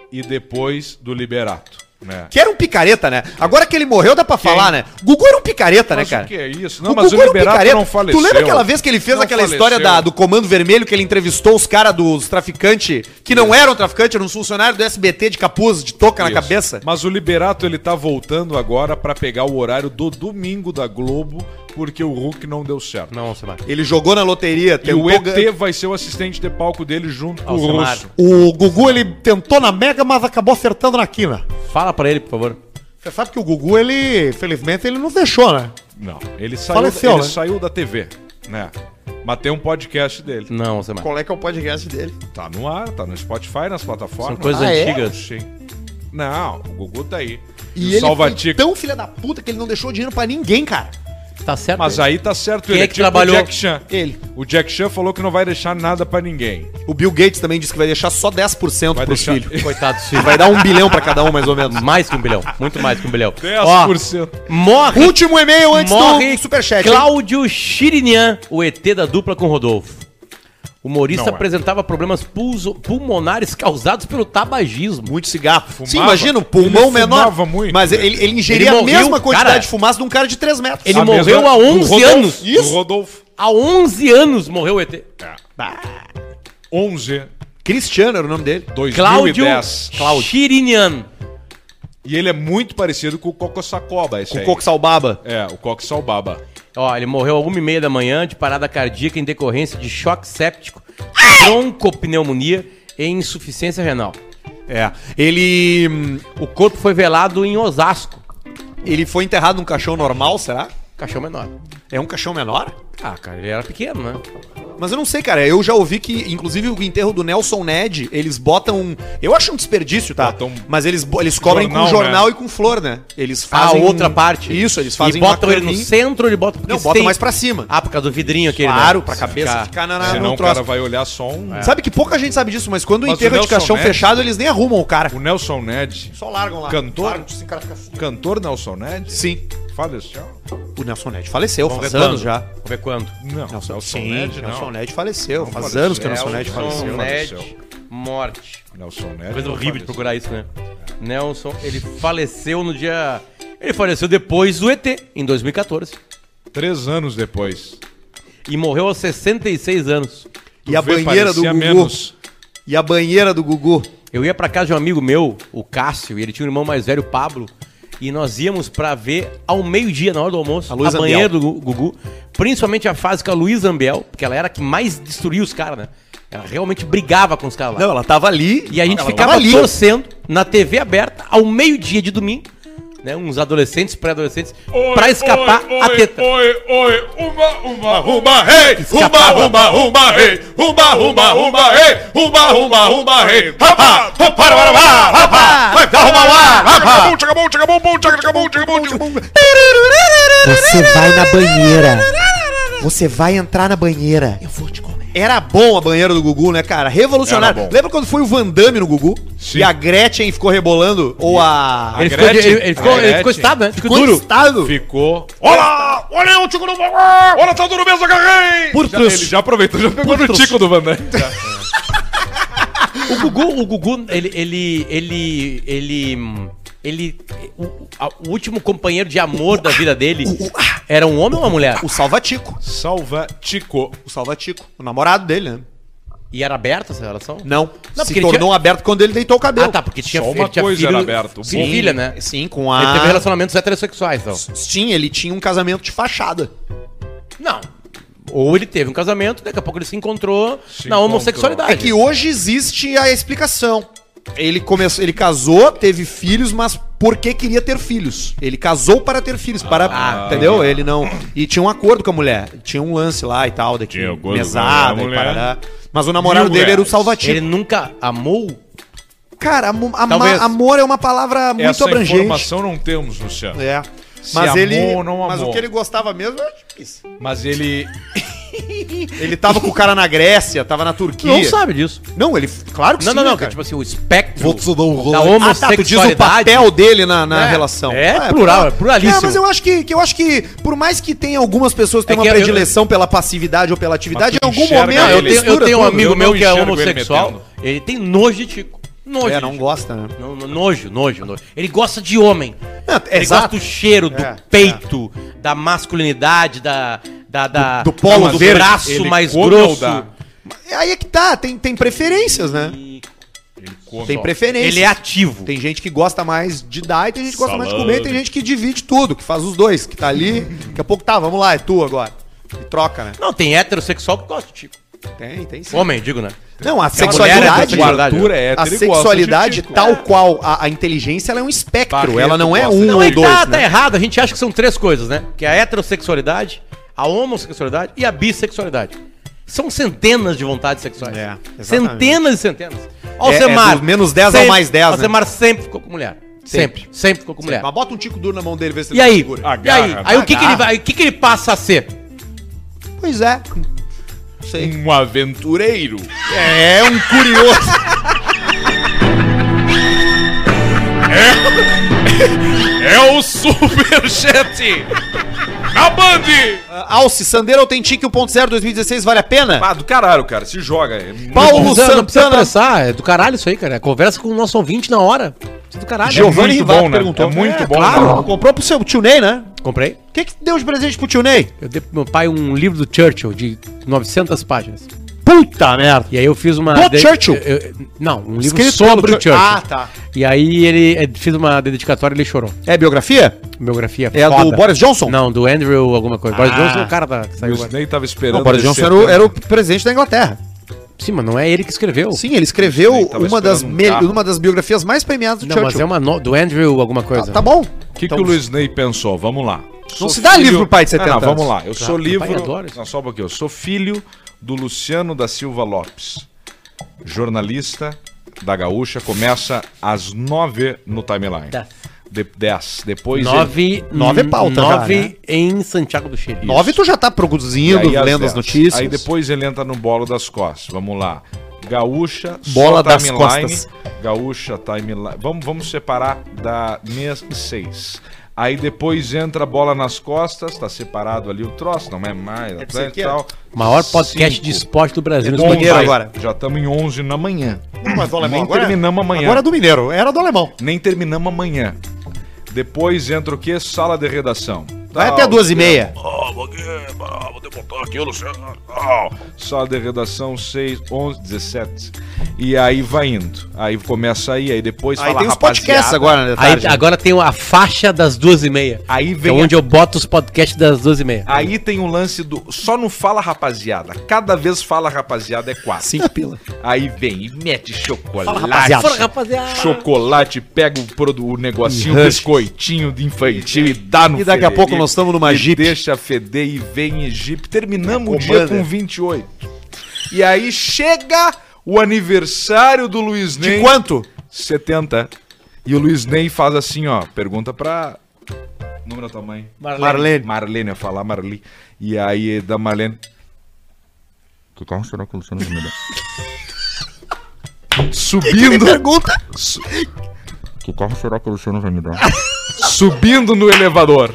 Speaker 4: e depois do Liberato. Né?
Speaker 2: Que era um picareta, né? Agora que ele morreu, dá pra falar, né? Gugu era um picareta, né,
Speaker 4: Mas
Speaker 2: cara?
Speaker 4: o que é isso? Não, mas o
Speaker 2: Gugu era um
Speaker 4: Liberato
Speaker 2: picareta.
Speaker 4: não faleceu.
Speaker 2: Tu lembra aquela vez que ele fez
Speaker 4: Não
Speaker 2: aquela
Speaker 4: faleceu.
Speaker 2: história da- do Comando Vermelho, que ele entrevistou os caras dos traficantes, que não eram traficantes, eram uns funcionários do SBT de capuz, de touca na
Speaker 4: Isso.
Speaker 2: cabeça?
Speaker 4: Mas o Liberato ele tá voltando agora pra pegar o horário do domingo da Globo, porque o Hulk não deu certo.
Speaker 1: Não, Alcemar.
Speaker 2: Ele jogou na loteria,
Speaker 4: E o
Speaker 2: tentou
Speaker 4: ET
Speaker 2: gan-
Speaker 4: vai ser o assistente de palco dele junto com o
Speaker 1: Alcemar,
Speaker 4: Russo.
Speaker 2: O Gugu, ele tentou na mega, mas acabou acertando na quina.
Speaker 1: fala pra ele, por favor.
Speaker 2: Você sabe que o Gugu, ele, felizmente, ele nos deixou, né?
Speaker 4: Não, ele saiu,
Speaker 2: Faleceu,
Speaker 4: ele
Speaker 2: né?
Speaker 4: saiu da TV, né? Mas tem um podcast dele.
Speaker 1: Não, Alcemar.
Speaker 2: Qual é que é o podcast dele?
Speaker 4: Tá no ar, tá no Spotify, nas
Speaker 1: São
Speaker 4: plataformas.
Speaker 1: coisas
Speaker 2: Ah, é?
Speaker 1: antigas.
Speaker 4: Sim. Não, o Gugu tá aí.
Speaker 2: E ele foi
Speaker 4: Salvatico.
Speaker 2: tão filha da puta que ele não deixou dinheiro pra ninguém, cara.
Speaker 1: Tá certo.
Speaker 4: Mas aí tá certo
Speaker 1: Quem é que
Speaker 4: tipo
Speaker 1: trabalhou?
Speaker 4: o Jack Chan.
Speaker 2: Ele.
Speaker 4: O Jack Chan falou que não vai deixar nada pra ninguém.
Speaker 2: O Bill Gates também disse que vai deixar só 10%
Speaker 4: Vai
Speaker 2: pros
Speaker 4: deixar-
Speaker 2: filhos.
Speaker 1: Coitado dos
Speaker 2: Ele
Speaker 1: filhos.
Speaker 2: vai dar um bilhão pra cada um, mais ou menos.
Speaker 1: Mais que um bilhão. Muito mais que um bilhão.
Speaker 4: 10%.
Speaker 1: Ó, morre
Speaker 2: Último e-mail antes
Speaker 1: Morre
Speaker 2: do um superchat. hein?
Speaker 1: Cláudio Chirinian, o ET da dupla com Rodolfo. O humorista
Speaker 4: Não é.
Speaker 1: apresentava problemas pulso- pulmonares causados pelo tabagismo.
Speaker 2: Muito cigarro. Sim,
Speaker 4: Fumava?
Speaker 2: imagina, o pulmão
Speaker 4: Ele
Speaker 2: menor.
Speaker 4: fumava muito.
Speaker 2: mas ele, ele
Speaker 1: Ele
Speaker 2: ingeria a
Speaker 1: morreu,
Speaker 2: mesma quantidade
Speaker 1: cara.
Speaker 2: de fumaça de um cara de 3 metros.
Speaker 1: Ele
Speaker 4: A mesma-
Speaker 1: morreu há
Speaker 4: do
Speaker 1: 11
Speaker 4: Rodolfo.
Speaker 1: anos.
Speaker 4: Isso. Do Rodolfo.
Speaker 1: Há 11 anos morreu o ET.
Speaker 4: 11,
Speaker 2: Cristiano era o nome dele.
Speaker 4: 2010.
Speaker 1: Cláudio Chirinian.
Speaker 4: E ele é muito parecido com o Coco Sacoba, esse
Speaker 2: Com
Speaker 4: aí.
Speaker 2: coco salbaba.
Speaker 4: É, o Coco Salbaba.
Speaker 1: Ó, ele morreu a 1h30 da manhã de parada cardíaca em decorrência de choque séptico, broncopneumonia e insuficiência renal.
Speaker 2: É. Ele. hum,
Speaker 1: O corpo foi velado em Osasco.
Speaker 2: Ele foi enterrado num caixão normal, será?
Speaker 1: Caixão menor.
Speaker 2: É um caixão menor?
Speaker 1: Ah, cara, ele era pequeno, né?
Speaker 2: Mas eu não sei, cara. Eu já ouvi que, inclusive, o enterro do Nelson Ned, eles botam. Eu acho um desperdício, tá?
Speaker 4: Botam-
Speaker 2: Mas eles, bo- eles cobrem
Speaker 4: Jornal,
Speaker 2: com jornal
Speaker 4: né?
Speaker 2: e com flor, né? Eles
Speaker 1: a
Speaker 2: fazem.
Speaker 1: Ah, outra parte.
Speaker 2: Isso, eles fazem.
Speaker 1: E botam
Speaker 2: uma
Speaker 1: ele no
Speaker 2: caminha-
Speaker 1: centro, ele bota porque
Speaker 2: Não,
Speaker 1: se
Speaker 2: bota
Speaker 1: tem-
Speaker 2: mais pra cima.
Speaker 1: Ah, por causa do vidrinho aquele. né?
Speaker 2: Claro, pra cabeça
Speaker 1: Ficar-
Speaker 2: ficar na, na,
Speaker 4: Senão
Speaker 2: Ah, no
Speaker 4: o cara
Speaker 2: troço.
Speaker 4: vai olhar só um.
Speaker 2: É. Sabe que pouca gente sabe disso, mas quando o
Speaker 4: Mas
Speaker 2: enterro
Speaker 4: o
Speaker 2: é de
Speaker 4: Nelson
Speaker 2: caixão
Speaker 4: Ned-
Speaker 2: fechado, eles nem arrumam o cara.
Speaker 4: O Nelson Ned.
Speaker 2: Só largam lá.
Speaker 4: Cantor?
Speaker 2: Largam, assim, o cara fica assim.
Speaker 4: Cantor Nelson Ned?
Speaker 2: Sim.
Speaker 4: Fala isso. tchau.
Speaker 2: O Nelson Ned faleceu
Speaker 1: Vamos
Speaker 2: faz
Speaker 1: ver
Speaker 2: anos
Speaker 1: quando.
Speaker 2: já.
Speaker 1: Vamos ver quando.
Speaker 4: Não, Nelson, Nelson
Speaker 2: Sim,
Speaker 4: Ned
Speaker 2: Nelson
Speaker 4: não.
Speaker 2: Ned faleceu.
Speaker 4: Não
Speaker 2: faz
Speaker 4: faleceu.
Speaker 2: anos que o Nelson Ned
Speaker 4: Nelson
Speaker 2: faleceu. né?
Speaker 4: Ned,
Speaker 1: morte.
Speaker 4: Nelson Ned.
Speaker 1: É Coisa
Speaker 4: não
Speaker 1: horrível de
Speaker 4: faleceu.
Speaker 1: procurar isso, né? Nelson, ele faleceu no dia. Ele faleceu depois do ET, em 2014.
Speaker 4: Três anos depois.
Speaker 1: E morreu aos 66 anos.
Speaker 2: E a
Speaker 4: Tu vê,
Speaker 2: banheira do
Speaker 4: parecia
Speaker 2: Gugu.
Speaker 4: menos.
Speaker 2: E a banheira do Gugu.
Speaker 1: Eu ia pra casa de um amigo meu, o Cássio, e ele tinha um irmão mais velho, o Pablo, e nós íamos pra ver ao meio-dia, na hora do almoço,
Speaker 2: A
Speaker 1: a,
Speaker 2: Luísa
Speaker 1: banheira do Gu- Gugu, principalmente a fase com a Luísa Ambiel, porque ela era a que mais destruía os caras, né? Ela realmente brigava com os caras lá.
Speaker 2: Não, ela tava ali.
Speaker 1: E a gente
Speaker 2: ela
Speaker 1: ficava
Speaker 2: tava ali.
Speaker 1: torcendo na TV aberta ao meio-dia de domingo, né? Uns adolescentes, pré-adolescentes, pra escapar
Speaker 4: oi,
Speaker 1: a teta.
Speaker 4: Oi, oi, uma, uma, rumba, rei! Rumba,
Speaker 1: Escapava.
Speaker 4: rumba, rumba, rei! Rumba, rumba, rumba, rei! Rumba, rumba, rumba, rei! Rapá! Para, para, para! Rapá! Vai dar rumba lá! Rapá! Chegabum, chegabum, chegabum, chegabum, chegabum, chegabum, chegabum.
Speaker 5: Você vai na banheira. Você vai entrar na banheira.
Speaker 2: Era bom a banheira do Gugu, né, cara? Revolucionário.
Speaker 4: Era bom.
Speaker 2: Lembra quando foi o Van Damme no Gugu?
Speaker 4: Sim.
Speaker 2: E a Gretchen ficou rebolando? Ou a.
Speaker 1: Ele
Speaker 4: A
Speaker 1: ficou, de-
Speaker 4: Gretchen-
Speaker 1: ele, ele ficou,
Speaker 4: a
Speaker 1: ele ficou
Speaker 4: Gretchen
Speaker 1: estado, né? Ficou
Speaker 2: Ficou
Speaker 1: duro.
Speaker 2: estado.
Speaker 4: Ficou. Olha! Olha o tico do Van Olha, tá duro mesmo, agarrei! Tá.
Speaker 2: Por
Speaker 4: Já-
Speaker 2: trus.
Speaker 4: Ele já aproveitou, já pegou no tico do Van né? Damme.
Speaker 1: O Gugu, o Gugu, ele, ele, ele, ele, ele, o, a- o último companheiro de amor da vida dele
Speaker 2: ah.
Speaker 1: era um homem ou uma mulher?
Speaker 2: O Salvatico.
Speaker 4: Salva Tico.
Speaker 2: O Salvatico. O namorado dele, né?
Speaker 1: E era aberta essa relação?
Speaker 2: Não.
Speaker 1: Não,
Speaker 2: se
Speaker 1: porque ele
Speaker 2: tornou aberto quando ele deitou o cabelo.
Speaker 1: Ah, tá, porque tinha,
Speaker 4: Só
Speaker 1: ele
Speaker 4: uma
Speaker 1: tinha
Speaker 4: coisa era aberto, o
Speaker 1: Sim,
Speaker 4: bom.
Speaker 1: filha, né?
Speaker 2: Sim, com
Speaker 1: Ele teve
Speaker 2: a.
Speaker 1: relacionamentos heterossexuais, então.
Speaker 2: Sim, ele tinha um casamento de fachada.
Speaker 1: Não. Ou ele teve um casamento, daqui a pouco ele se encontrou
Speaker 4: Se
Speaker 1: na
Speaker 4: encontrou.
Speaker 1: homossexualidade.
Speaker 2: É que hoje existe a explicação. Ele começou, ele casou, teve filhos, mas porque queria ter filhos. Ele casou para ter filhos, para, entendeu? Ele não e tinha um acordo com a mulher, tinha um lance lá e tal, daqui
Speaker 4: Tinha acordo com a
Speaker 2: mesada e
Speaker 4: mulher.
Speaker 2: parará. Mas o namorado
Speaker 4: Mil
Speaker 2: dele era o
Speaker 4: reais.
Speaker 2: Salvativo.
Speaker 1: Ele nunca amou?
Speaker 2: Cara, amo- ama-
Speaker 1: Talvez.
Speaker 2: amor é uma palavra muito
Speaker 4: Essa
Speaker 2: abrangente.
Speaker 4: informação não temos, Luciano.
Speaker 2: É.
Speaker 4: Se
Speaker 2: Mas
Speaker 4: amou
Speaker 2: ele.
Speaker 4: ou não
Speaker 2: Mas o
Speaker 4: amou.
Speaker 2: que ele gostava mesmo era de pizza.
Speaker 4: Mas ele.
Speaker 2: Ele tava com o cara na Grécia, tava na Turquia.
Speaker 1: Não sabe disso.
Speaker 2: Não, ele. Claro que
Speaker 1: Não,
Speaker 2: sim. né,
Speaker 1: não, não. que
Speaker 2: cara.
Speaker 1: Tipo assim, o espectro
Speaker 2: Volkswagen.
Speaker 1: da
Speaker 2: Ah, tá, tu diz o
Speaker 1: homossexualidade.
Speaker 2: papel dele na, na
Speaker 1: É.
Speaker 2: relação.
Speaker 1: É
Speaker 2: Ah,
Speaker 1: plural,
Speaker 2: pra-
Speaker 1: é pluralíssimo.
Speaker 2: É, mas eu acho que, que eu acho que, por mais que tenha algumas pessoas que
Speaker 1: É
Speaker 2: têm
Speaker 1: que
Speaker 2: uma
Speaker 1: eu-
Speaker 2: predileção pela passividade ou pela atividade, em algum
Speaker 4: enxerga
Speaker 2: momento
Speaker 1: Não, eu
Speaker 4: ele
Speaker 1: tenho, eu
Speaker 2: mistura
Speaker 1: tenho um
Speaker 2: tudo.
Speaker 1: amigo
Speaker 4: eu
Speaker 1: meu
Speaker 4: não
Speaker 1: que é
Speaker 4: enxergo ele
Speaker 1: homossexual. Ele, tem nojo de Tico. Nojo.
Speaker 2: É,
Speaker 1: de
Speaker 2: não
Speaker 1: Tico.
Speaker 2: gosta, né?
Speaker 1: Não, não, nojo, nojo, nojo. Ele gosta de homem.
Speaker 2: É,
Speaker 1: Ele
Speaker 2: exato.
Speaker 1: gosta do cheiro, do
Speaker 2: É,
Speaker 1: peito, da masculinidade, da. da, da-
Speaker 2: Do- do polo
Speaker 1: do
Speaker 2: verde.
Speaker 1: braço
Speaker 4: Ele
Speaker 1: mais
Speaker 4: come ou
Speaker 1: grosso.
Speaker 4: dá?
Speaker 2: Aí é que tá, tem, tem preferências, né?
Speaker 4: Ele come,
Speaker 2: Tem
Speaker 4: ó.
Speaker 2: preferências.
Speaker 1: Ele é ativo.
Speaker 2: Tem gente que gosta mais de dar e tem gente que gosta mais de
Speaker 4: Salame.
Speaker 2: comer, e tem gente que divide tudo, que faz os dois, que tá ali. Daqui a pouco tá, vamos lá, é tu agora. E troca, né?
Speaker 1: Não, tem heterossexual que gosta de Tico.
Speaker 2: Tem, tem sim.
Speaker 1: Homem, digo, né?
Speaker 2: Não, a
Speaker 1: mulher
Speaker 4: é
Speaker 2: sexualidade.
Speaker 1: heterossexual.
Speaker 4: O Arthur é tipo
Speaker 2: A
Speaker 4: hétero e gosta de
Speaker 2: sexualidade,
Speaker 4: tico. É.
Speaker 2: tal qual a, a inteligência, ela é um espectro,
Speaker 4: Barreto
Speaker 2: ela não é
Speaker 4: gosta
Speaker 2: um
Speaker 4: de
Speaker 1: Não,
Speaker 2: ou
Speaker 1: é que
Speaker 2: dois.
Speaker 1: tá,
Speaker 2: né?
Speaker 1: tá errado. A gente acha que são três coisas, né? Que é a heterossexualidade, a homossexualidade e a bissexualidade. São centenas de vontades sexuais.
Speaker 2: É, exatamente.
Speaker 1: centenas e centenas.
Speaker 2: É, é,
Speaker 1: Alcemar.
Speaker 2: dos menos 10 ao
Speaker 1: sempre-
Speaker 2: mais 10, né?
Speaker 1: Alcemar sempre ficou com mulher. Sempre. Sempre, ficou com mulher.
Speaker 2: Mas bota um tico duro na mão dele, vê se
Speaker 1: E aí?
Speaker 2: segura.
Speaker 1: E aí?
Speaker 4: Agarra.
Speaker 1: Aí o que, que ele
Speaker 2: Agarra.
Speaker 1: vai? O que, que ele passa a ser?
Speaker 2: Pois é. Sei.
Speaker 4: Um aventureiro.
Speaker 2: É um curioso.
Speaker 4: É o Superchat! Na Band!
Speaker 2: Ah, Alce, Sandeiro Authentic 1.0 2016 vale a pena?
Speaker 4: Ah, do caralho, cara. Se joga. É muito
Speaker 2: Paulo
Speaker 4: bom.
Speaker 1: Não precisa- não precisa
Speaker 2: Santana.
Speaker 1: apressar, é do caralho isso aí, cara. Conversa com o nosso ouvinte na hora. Isso é do caralho.
Speaker 4: Giovanni
Speaker 2: É muito
Speaker 4: Rivato
Speaker 2: bom, né?
Speaker 4: perguntou.
Speaker 2: É
Speaker 4: muito bom.
Speaker 2: Claro, comprou pro seu tio Ney, né?
Speaker 1: Comprei.
Speaker 2: O que, que deu de presente pro tio Ney?
Speaker 1: Eu dei pro meu pai um livro do Churchill de 900 páginas.
Speaker 2: Puta merda.
Speaker 1: E aí eu fiz uma.
Speaker 2: Do
Speaker 1: de-
Speaker 2: Churchill?
Speaker 1: eu- eu- não, um livro
Speaker 2: Escrito
Speaker 1: sobre
Speaker 2: pelo
Speaker 1: o Churchill.
Speaker 2: Ah, tá.
Speaker 1: E aí ele eh, fiz uma dedicatória e ele chorou.
Speaker 2: É biografia?
Speaker 1: Biografia
Speaker 2: É a do Boris Johnson? Ah.
Speaker 1: Não, do Andrew alguma coisa. Boris Johnson é o cara da, que
Speaker 4: O
Speaker 1: saiu agora.
Speaker 4: Snei tava esperando.
Speaker 2: Não, o Boris
Speaker 4: descer
Speaker 2: Johnson era o,
Speaker 4: até-
Speaker 2: era o presidente da Inglaterra.
Speaker 1: Sim, mas não é ele que escreveu.
Speaker 2: Sim, ele escreveu
Speaker 4: Ele tava
Speaker 2: uma das,
Speaker 4: esperando um
Speaker 2: me-
Speaker 4: carro.
Speaker 2: uma das biografias mais premiadas do
Speaker 1: Não, mas é
Speaker 2: Churchill.
Speaker 1: uma no- do Andrew alguma
Speaker 2: Ah,
Speaker 1: coisa.
Speaker 2: tá bom.
Speaker 4: O que, que o Luiz Ney pensou? Vamos lá. Sou
Speaker 2: se dá livro pro pai de 70
Speaker 4: não, Vamos
Speaker 2: anos.
Speaker 4: lá. Eu sou
Speaker 1: meu pai
Speaker 4: livro.
Speaker 1: adora isso.
Speaker 4: Não, só um pouquinho. Eu sou filho do Luciano da Silva Lopes, jornalista da Gaúcha. Começa às nove no timeline.
Speaker 1: Dez.
Speaker 4: De, dez. Depois. ele-
Speaker 1: Nove,
Speaker 2: Nove é pauta já,
Speaker 1: Nove
Speaker 2: né?
Speaker 1: em Santiago do Chile.
Speaker 2: Nove tu já tá
Speaker 4: e
Speaker 2: produzindo,
Speaker 4: aí às
Speaker 2: lendo as
Speaker 4: dez.
Speaker 2: notícias.
Speaker 4: Aí depois ele entra no bolo das costas. Vamos lá. Gaúcha,
Speaker 2: Bola das
Speaker 4: timeline.
Speaker 2: costas.
Speaker 4: Gaúcha, timeline. Vamos, vamos separar da mês 6. Aí depois entra a bola nas costas, tá separado ali o troço, não é mais. É
Speaker 2: você que é.
Speaker 1: Maior podcast de
Speaker 4: Cinco.
Speaker 1: esporte do Brasil.
Speaker 4: Onze.
Speaker 2: Mineiro agora.
Speaker 4: Já estamos em 11 na manhã.
Speaker 2: Mas do
Speaker 4: Nem
Speaker 2: agora-
Speaker 4: terminamos amanhã.
Speaker 2: Agora é do Mineiro, era do alemão.
Speaker 4: Nem terminamos amanhã. Depois entra o quê? Sala de redação.
Speaker 2: Vai
Speaker 4: Tal,
Speaker 2: até duas e meia.
Speaker 11: Ah, vou, aqui, ah, vou demontar aqui, Luciano.
Speaker 4: Ó, Sala de redação 6, 11, 17. E aí vai indo. Aí começa aí, aí depois
Speaker 2: Aí
Speaker 4: fala,
Speaker 2: tem os
Speaker 4: rapaziada.
Speaker 2: podcasts agora, né?
Speaker 1: Aí,
Speaker 2: tarde.
Speaker 1: agora tem a faixa das duas e meia.
Speaker 4: Aí
Speaker 1: Que é
Speaker 4: vem.
Speaker 1: onde eu boto os podcasts das duas e meia.
Speaker 2: É.
Speaker 4: Aí tem o lance do. Só não fala rapaziada. Cada vez fala rapaziada é quatro.
Speaker 2: Cinco pila.
Speaker 4: Aí vem e mete chocolate.
Speaker 2: rapaziada.
Speaker 1: Fora, rapaziada.
Speaker 4: Chocolate, pega o, produ- o negocinho,
Speaker 2: E
Speaker 4: o
Speaker 2: rush.
Speaker 4: biscoitinho de infantil e dá no
Speaker 2: E daqui a
Speaker 4: Frederico,
Speaker 2: pouco nós estamos numa
Speaker 4: e
Speaker 2: Jeep.
Speaker 4: deixa feder e vem em Jeep. Terminamos o dia
Speaker 2: Commander.
Speaker 4: com 28. E aí chega o aniversário do Luiz Ney.
Speaker 2: De quanto?
Speaker 4: 70. E o Luiz Ney faz assim, ó. Pergunta pra... Número da tua mãe.
Speaker 2: Marlene.
Speaker 4: Marlene, eu ia falar Marli. E aí da Marlene... Que
Speaker 3: Então,
Speaker 4: carro será que o Luciano me dá? Subindo...
Speaker 2: Pergunta.
Speaker 4: Que carro será que o Luciano vai me dar? Subindo no elevador.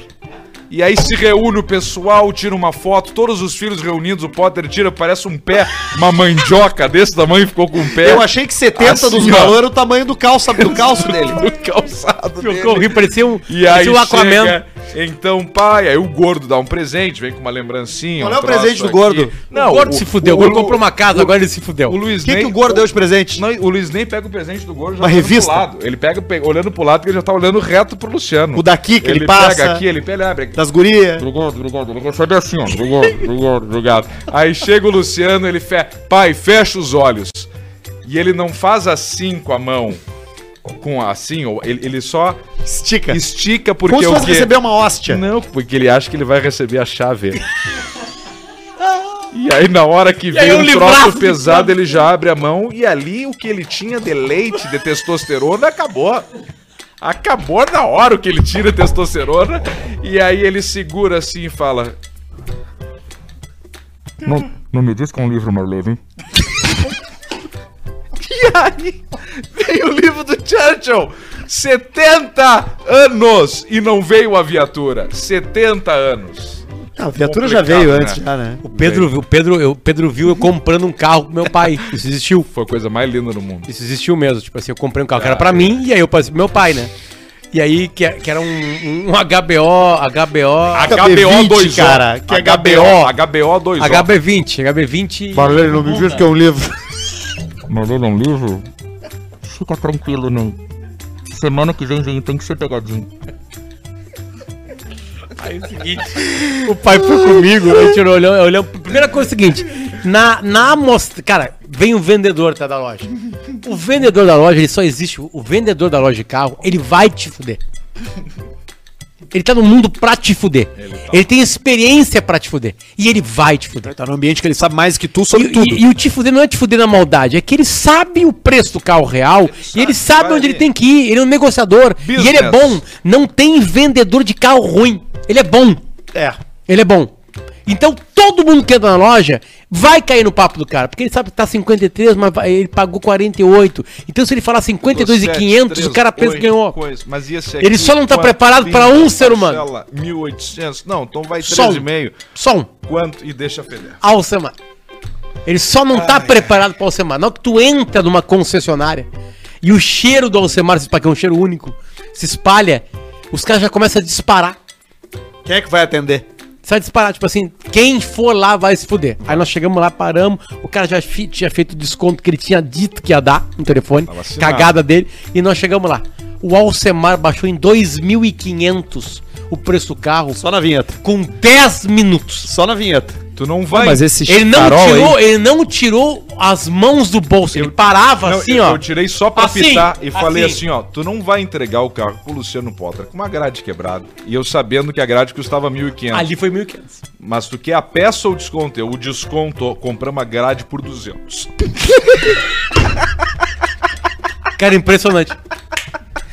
Speaker 4: E aí se reúne o pessoal, tira uma foto, todos os filhos reunidos, o Potter tira, parece um pé, uma mandioca desse tamanho ficou com um
Speaker 1: É.
Speaker 4: pé.
Speaker 2: Eu achei que 70 dos
Speaker 4: Assim, ó.
Speaker 2: valores era o tamanho do calça, do calço dele.
Speaker 4: do calçado
Speaker 1: Eu
Speaker 4: dele.
Speaker 1: corri, parecia um,
Speaker 4: E aí
Speaker 1: parecia
Speaker 2: é
Speaker 1: um Aquaman.
Speaker 4: chega, então pai, aí o gordo dá um presente, vem com uma lembrancinha.
Speaker 2: Qual é
Speaker 4: um
Speaker 2: o presente do
Speaker 4: troço
Speaker 2: gordo?
Speaker 4: aqui.
Speaker 1: Não,
Speaker 4: Não,
Speaker 1: o gordo se fudeu. O,
Speaker 4: o-
Speaker 1: gordo comprou uma casa,
Speaker 4: o-
Speaker 1: agora ele se fudeu.
Speaker 4: O Luiz
Speaker 2: O que,
Speaker 4: Ney-
Speaker 2: que o gordo deu de presente?
Speaker 4: Não, o Luiz nem pega o presente do gordo, já
Speaker 2: Uma
Speaker 4: tá olhando pro
Speaker 2: revista?
Speaker 4: lado. Ele pega pe- olhando pro lado, porque ele já tá olhando reto pro Luciano.
Speaker 2: O daqui que ele
Speaker 4: pega
Speaker 2: passa.
Speaker 4: aqui, ele pega, ele abre.
Speaker 2: Das gurias.
Speaker 4: Obrigado, obrigado. Ele recebe assim, ó. Obrigado, obrigado, obrigado. Aí chega o Luciano, ele fe... Pai, fecha os olhos. E ele não faz assim com a mão. Com a- assim, ou- ele, ele só
Speaker 2: Estica.
Speaker 4: estica
Speaker 2: Como
Speaker 4: porque
Speaker 2: se
Speaker 4: o
Speaker 2: fosse
Speaker 4: quê?
Speaker 2: receber uma hóstia.
Speaker 4: Não, porque ele acha que ele vai receber a chave. E E aí, na hora que
Speaker 1: aí,
Speaker 4: vem um
Speaker 1: um
Speaker 4: troço
Speaker 1: livraço.
Speaker 4: pesado, ele já abre a mão e ali o que ele tinha de leite, de testosterona, acabou. Acabou na hora o que ele tira de testosterona. E aí ele segura assim e fala:
Speaker 3: Não, não me diz que é um livro mais leve, hein?
Speaker 4: E aí veio o livro do Churchill. 70 anos e não veio a viatura. 70 anos.
Speaker 5: A
Speaker 1: é
Speaker 5: viatura
Speaker 4: já veio antes,
Speaker 5: já, né?
Speaker 1: O Pedro, viu- o Pedro, eu, o Pedro viu eu comprando um carro pro meu pai. Isso existiu.
Speaker 4: Foi a coisa mais linda do mundo.
Speaker 1: Isso existiu mesmo. Tipo assim, eu comprei um carro que era pra mim e aí eu passei pro meu pai, né? E aí, que, que era um, um HBO, HBO,
Speaker 4: HBO 2
Speaker 5: cara, que é
Speaker 4: HBO. HBO 2
Speaker 1: HB20, HB20.
Speaker 5: Marlene, não me diz que é um livro.
Speaker 3: Mas ler um livro? Fica tranquilo, não. Semana que vem, gente, tem que ser pegadinho.
Speaker 1: Aí o seguinte, o pai foi comigo, aí tirou olhou, olhou. Primeira coisa é o seguinte, na, na amostra, cara, vem o vendedor tá, da loja. O vendedor da loja, ele só existe, o vendedor da loja de carro, ele vai te fuder. Ele tá no mundo pra te fuder. Ele, tá. tem experiência pra te fuder. E ele vai te fuder.
Speaker 5: Tá num ambiente que ele sabe mais que tu
Speaker 1: E,
Speaker 5: sobre tudo.
Speaker 1: e- e o te fuder não é te fuder na maldade, é que ele sabe o preço do carro real e ele sabe
Speaker 4: vai
Speaker 1: onde ele
Speaker 4: ali.
Speaker 1: tem que ir. Ele é um negociador e ele é
Speaker 4: Business.
Speaker 1: bom. Não tem vendedor de carro ruim. Ele é bom.
Speaker 5: É.
Speaker 1: Ele é bom. Então todo mundo que entra na loja vai cair no papo do cara, porque ele sabe que tá 53, mas vai- ele pagou 48. Então se ele falar 52 e 500, o cara pensa que ganhou.
Speaker 4: Mas e esse
Speaker 1: Ele só não tá preparado pra um ser humano.
Speaker 4: parcela, 1800. Não, então vai
Speaker 1: Só um.
Speaker 4: 3,5.
Speaker 1: Só um
Speaker 4: Quanto? E deixa feder.
Speaker 1: Alcemar. Ele só não tá preparado para Alcemar. Na hora que tu entra numa concessionária e o cheiro do Alcemar se espalha, que é um cheiro único, se espalha, os caras já começam a disparar.
Speaker 5: Quem é que vai atender?
Speaker 1: Sai disparar, tipo assim, quem for lá vai se fuder. Aí nós chegamos lá, paramos, o cara já fi- tinha feito o desconto que ele tinha dito que ia dar no telefone,
Speaker 4: assinado.
Speaker 1: cagada dele, e nós chegamos lá. O Alcemar baixou em 2.500 o preço do carro
Speaker 5: Só na vinheta.
Speaker 1: com 10 minutos.
Speaker 5: Só na vinheta.
Speaker 4: Tu não vai.
Speaker 5: Mas esse
Speaker 1: Ele não,
Speaker 5: farol aí-
Speaker 1: tirou, ele não tirou as mãos do bolso, ele parava
Speaker 4: Não,
Speaker 1: assim,
Speaker 4: eu,
Speaker 1: ó.
Speaker 4: eu tirei só pra
Speaker 1: Assim,
Speaker 4: pitar e falei
Speaker 1: assim.
Speaker 4: assim, ó, tu não vai entregar o carro pro Luciano Potter com uma grade quebrada. E eu sabendo que a grade custava 1500.
Speaker 1: Ali foi 1.500.
Speaker 4: Mas tu quer a peça ou o desconto? Eu, o desconto, compramos a grade por 200.
Speaker 1: Cara, impressionante.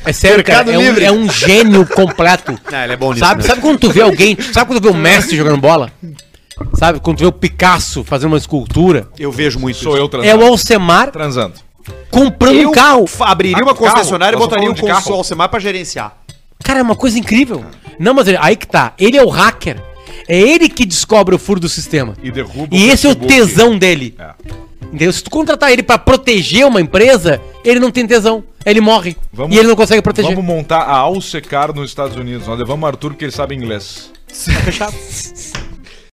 Speaker 1: É sério,
Speaker 5: Mercado
Speaker 1: cara, é um,
Speaker 5: Livre.
Speaker 1: é um gênio completo.
Speaker 5: Ah, ele é bom
Speaker 1: Sabe,
Speaker 5: né?
Speaker 1: sabe quando tu vê alguém, sabe quando tu vê o Messi jogando bola? Sabe quando tu vê o Picasso fazendo uma escultura?
Speaker 5: Eu vejo muito
Speaker 4: Sou eu
Speaker 1: É
Speaker 4: transando.
Speaker 1: o Alcemar
Speaker 4: Transando.
Speaker 1: comprando um carro.
Speaker 5: Fa- Abriria
Speaker 4: Ah,
Speaker 5: uma
Speaker 4: carro?
Speaker 5: concessionária e
Speaker 4: Nós
Speaker 5: botaria um
Speaker 4: estamos falando de
Speaker 5: console
Speaker 4: carro?
Speaker 5: Alcemar pra gerenciar.
Speaker 1: Cara, é uma coisa incrível. Não, mas ele- aí que tá. Ele é o hacker. É ele que descobre o furo do sistema.
Speaker 4: E derruba
Speaker 1: E esse é o
Speaker 4: Facebook.
Speaker 1: tesão dele.
Speaker 4: É.
Speaker 1: Entendeu? Se tu contratar ele pra proteger uma empresa, ele não tem tesão. Ele morre.
Speaker 4: Vamos-
Speaker 1: e ele não consegue proteger.
Speaker 4: Vamos montar a Alcecar nos Estados Unidos. Nós levamos o Arthur porque ele sabe inglês.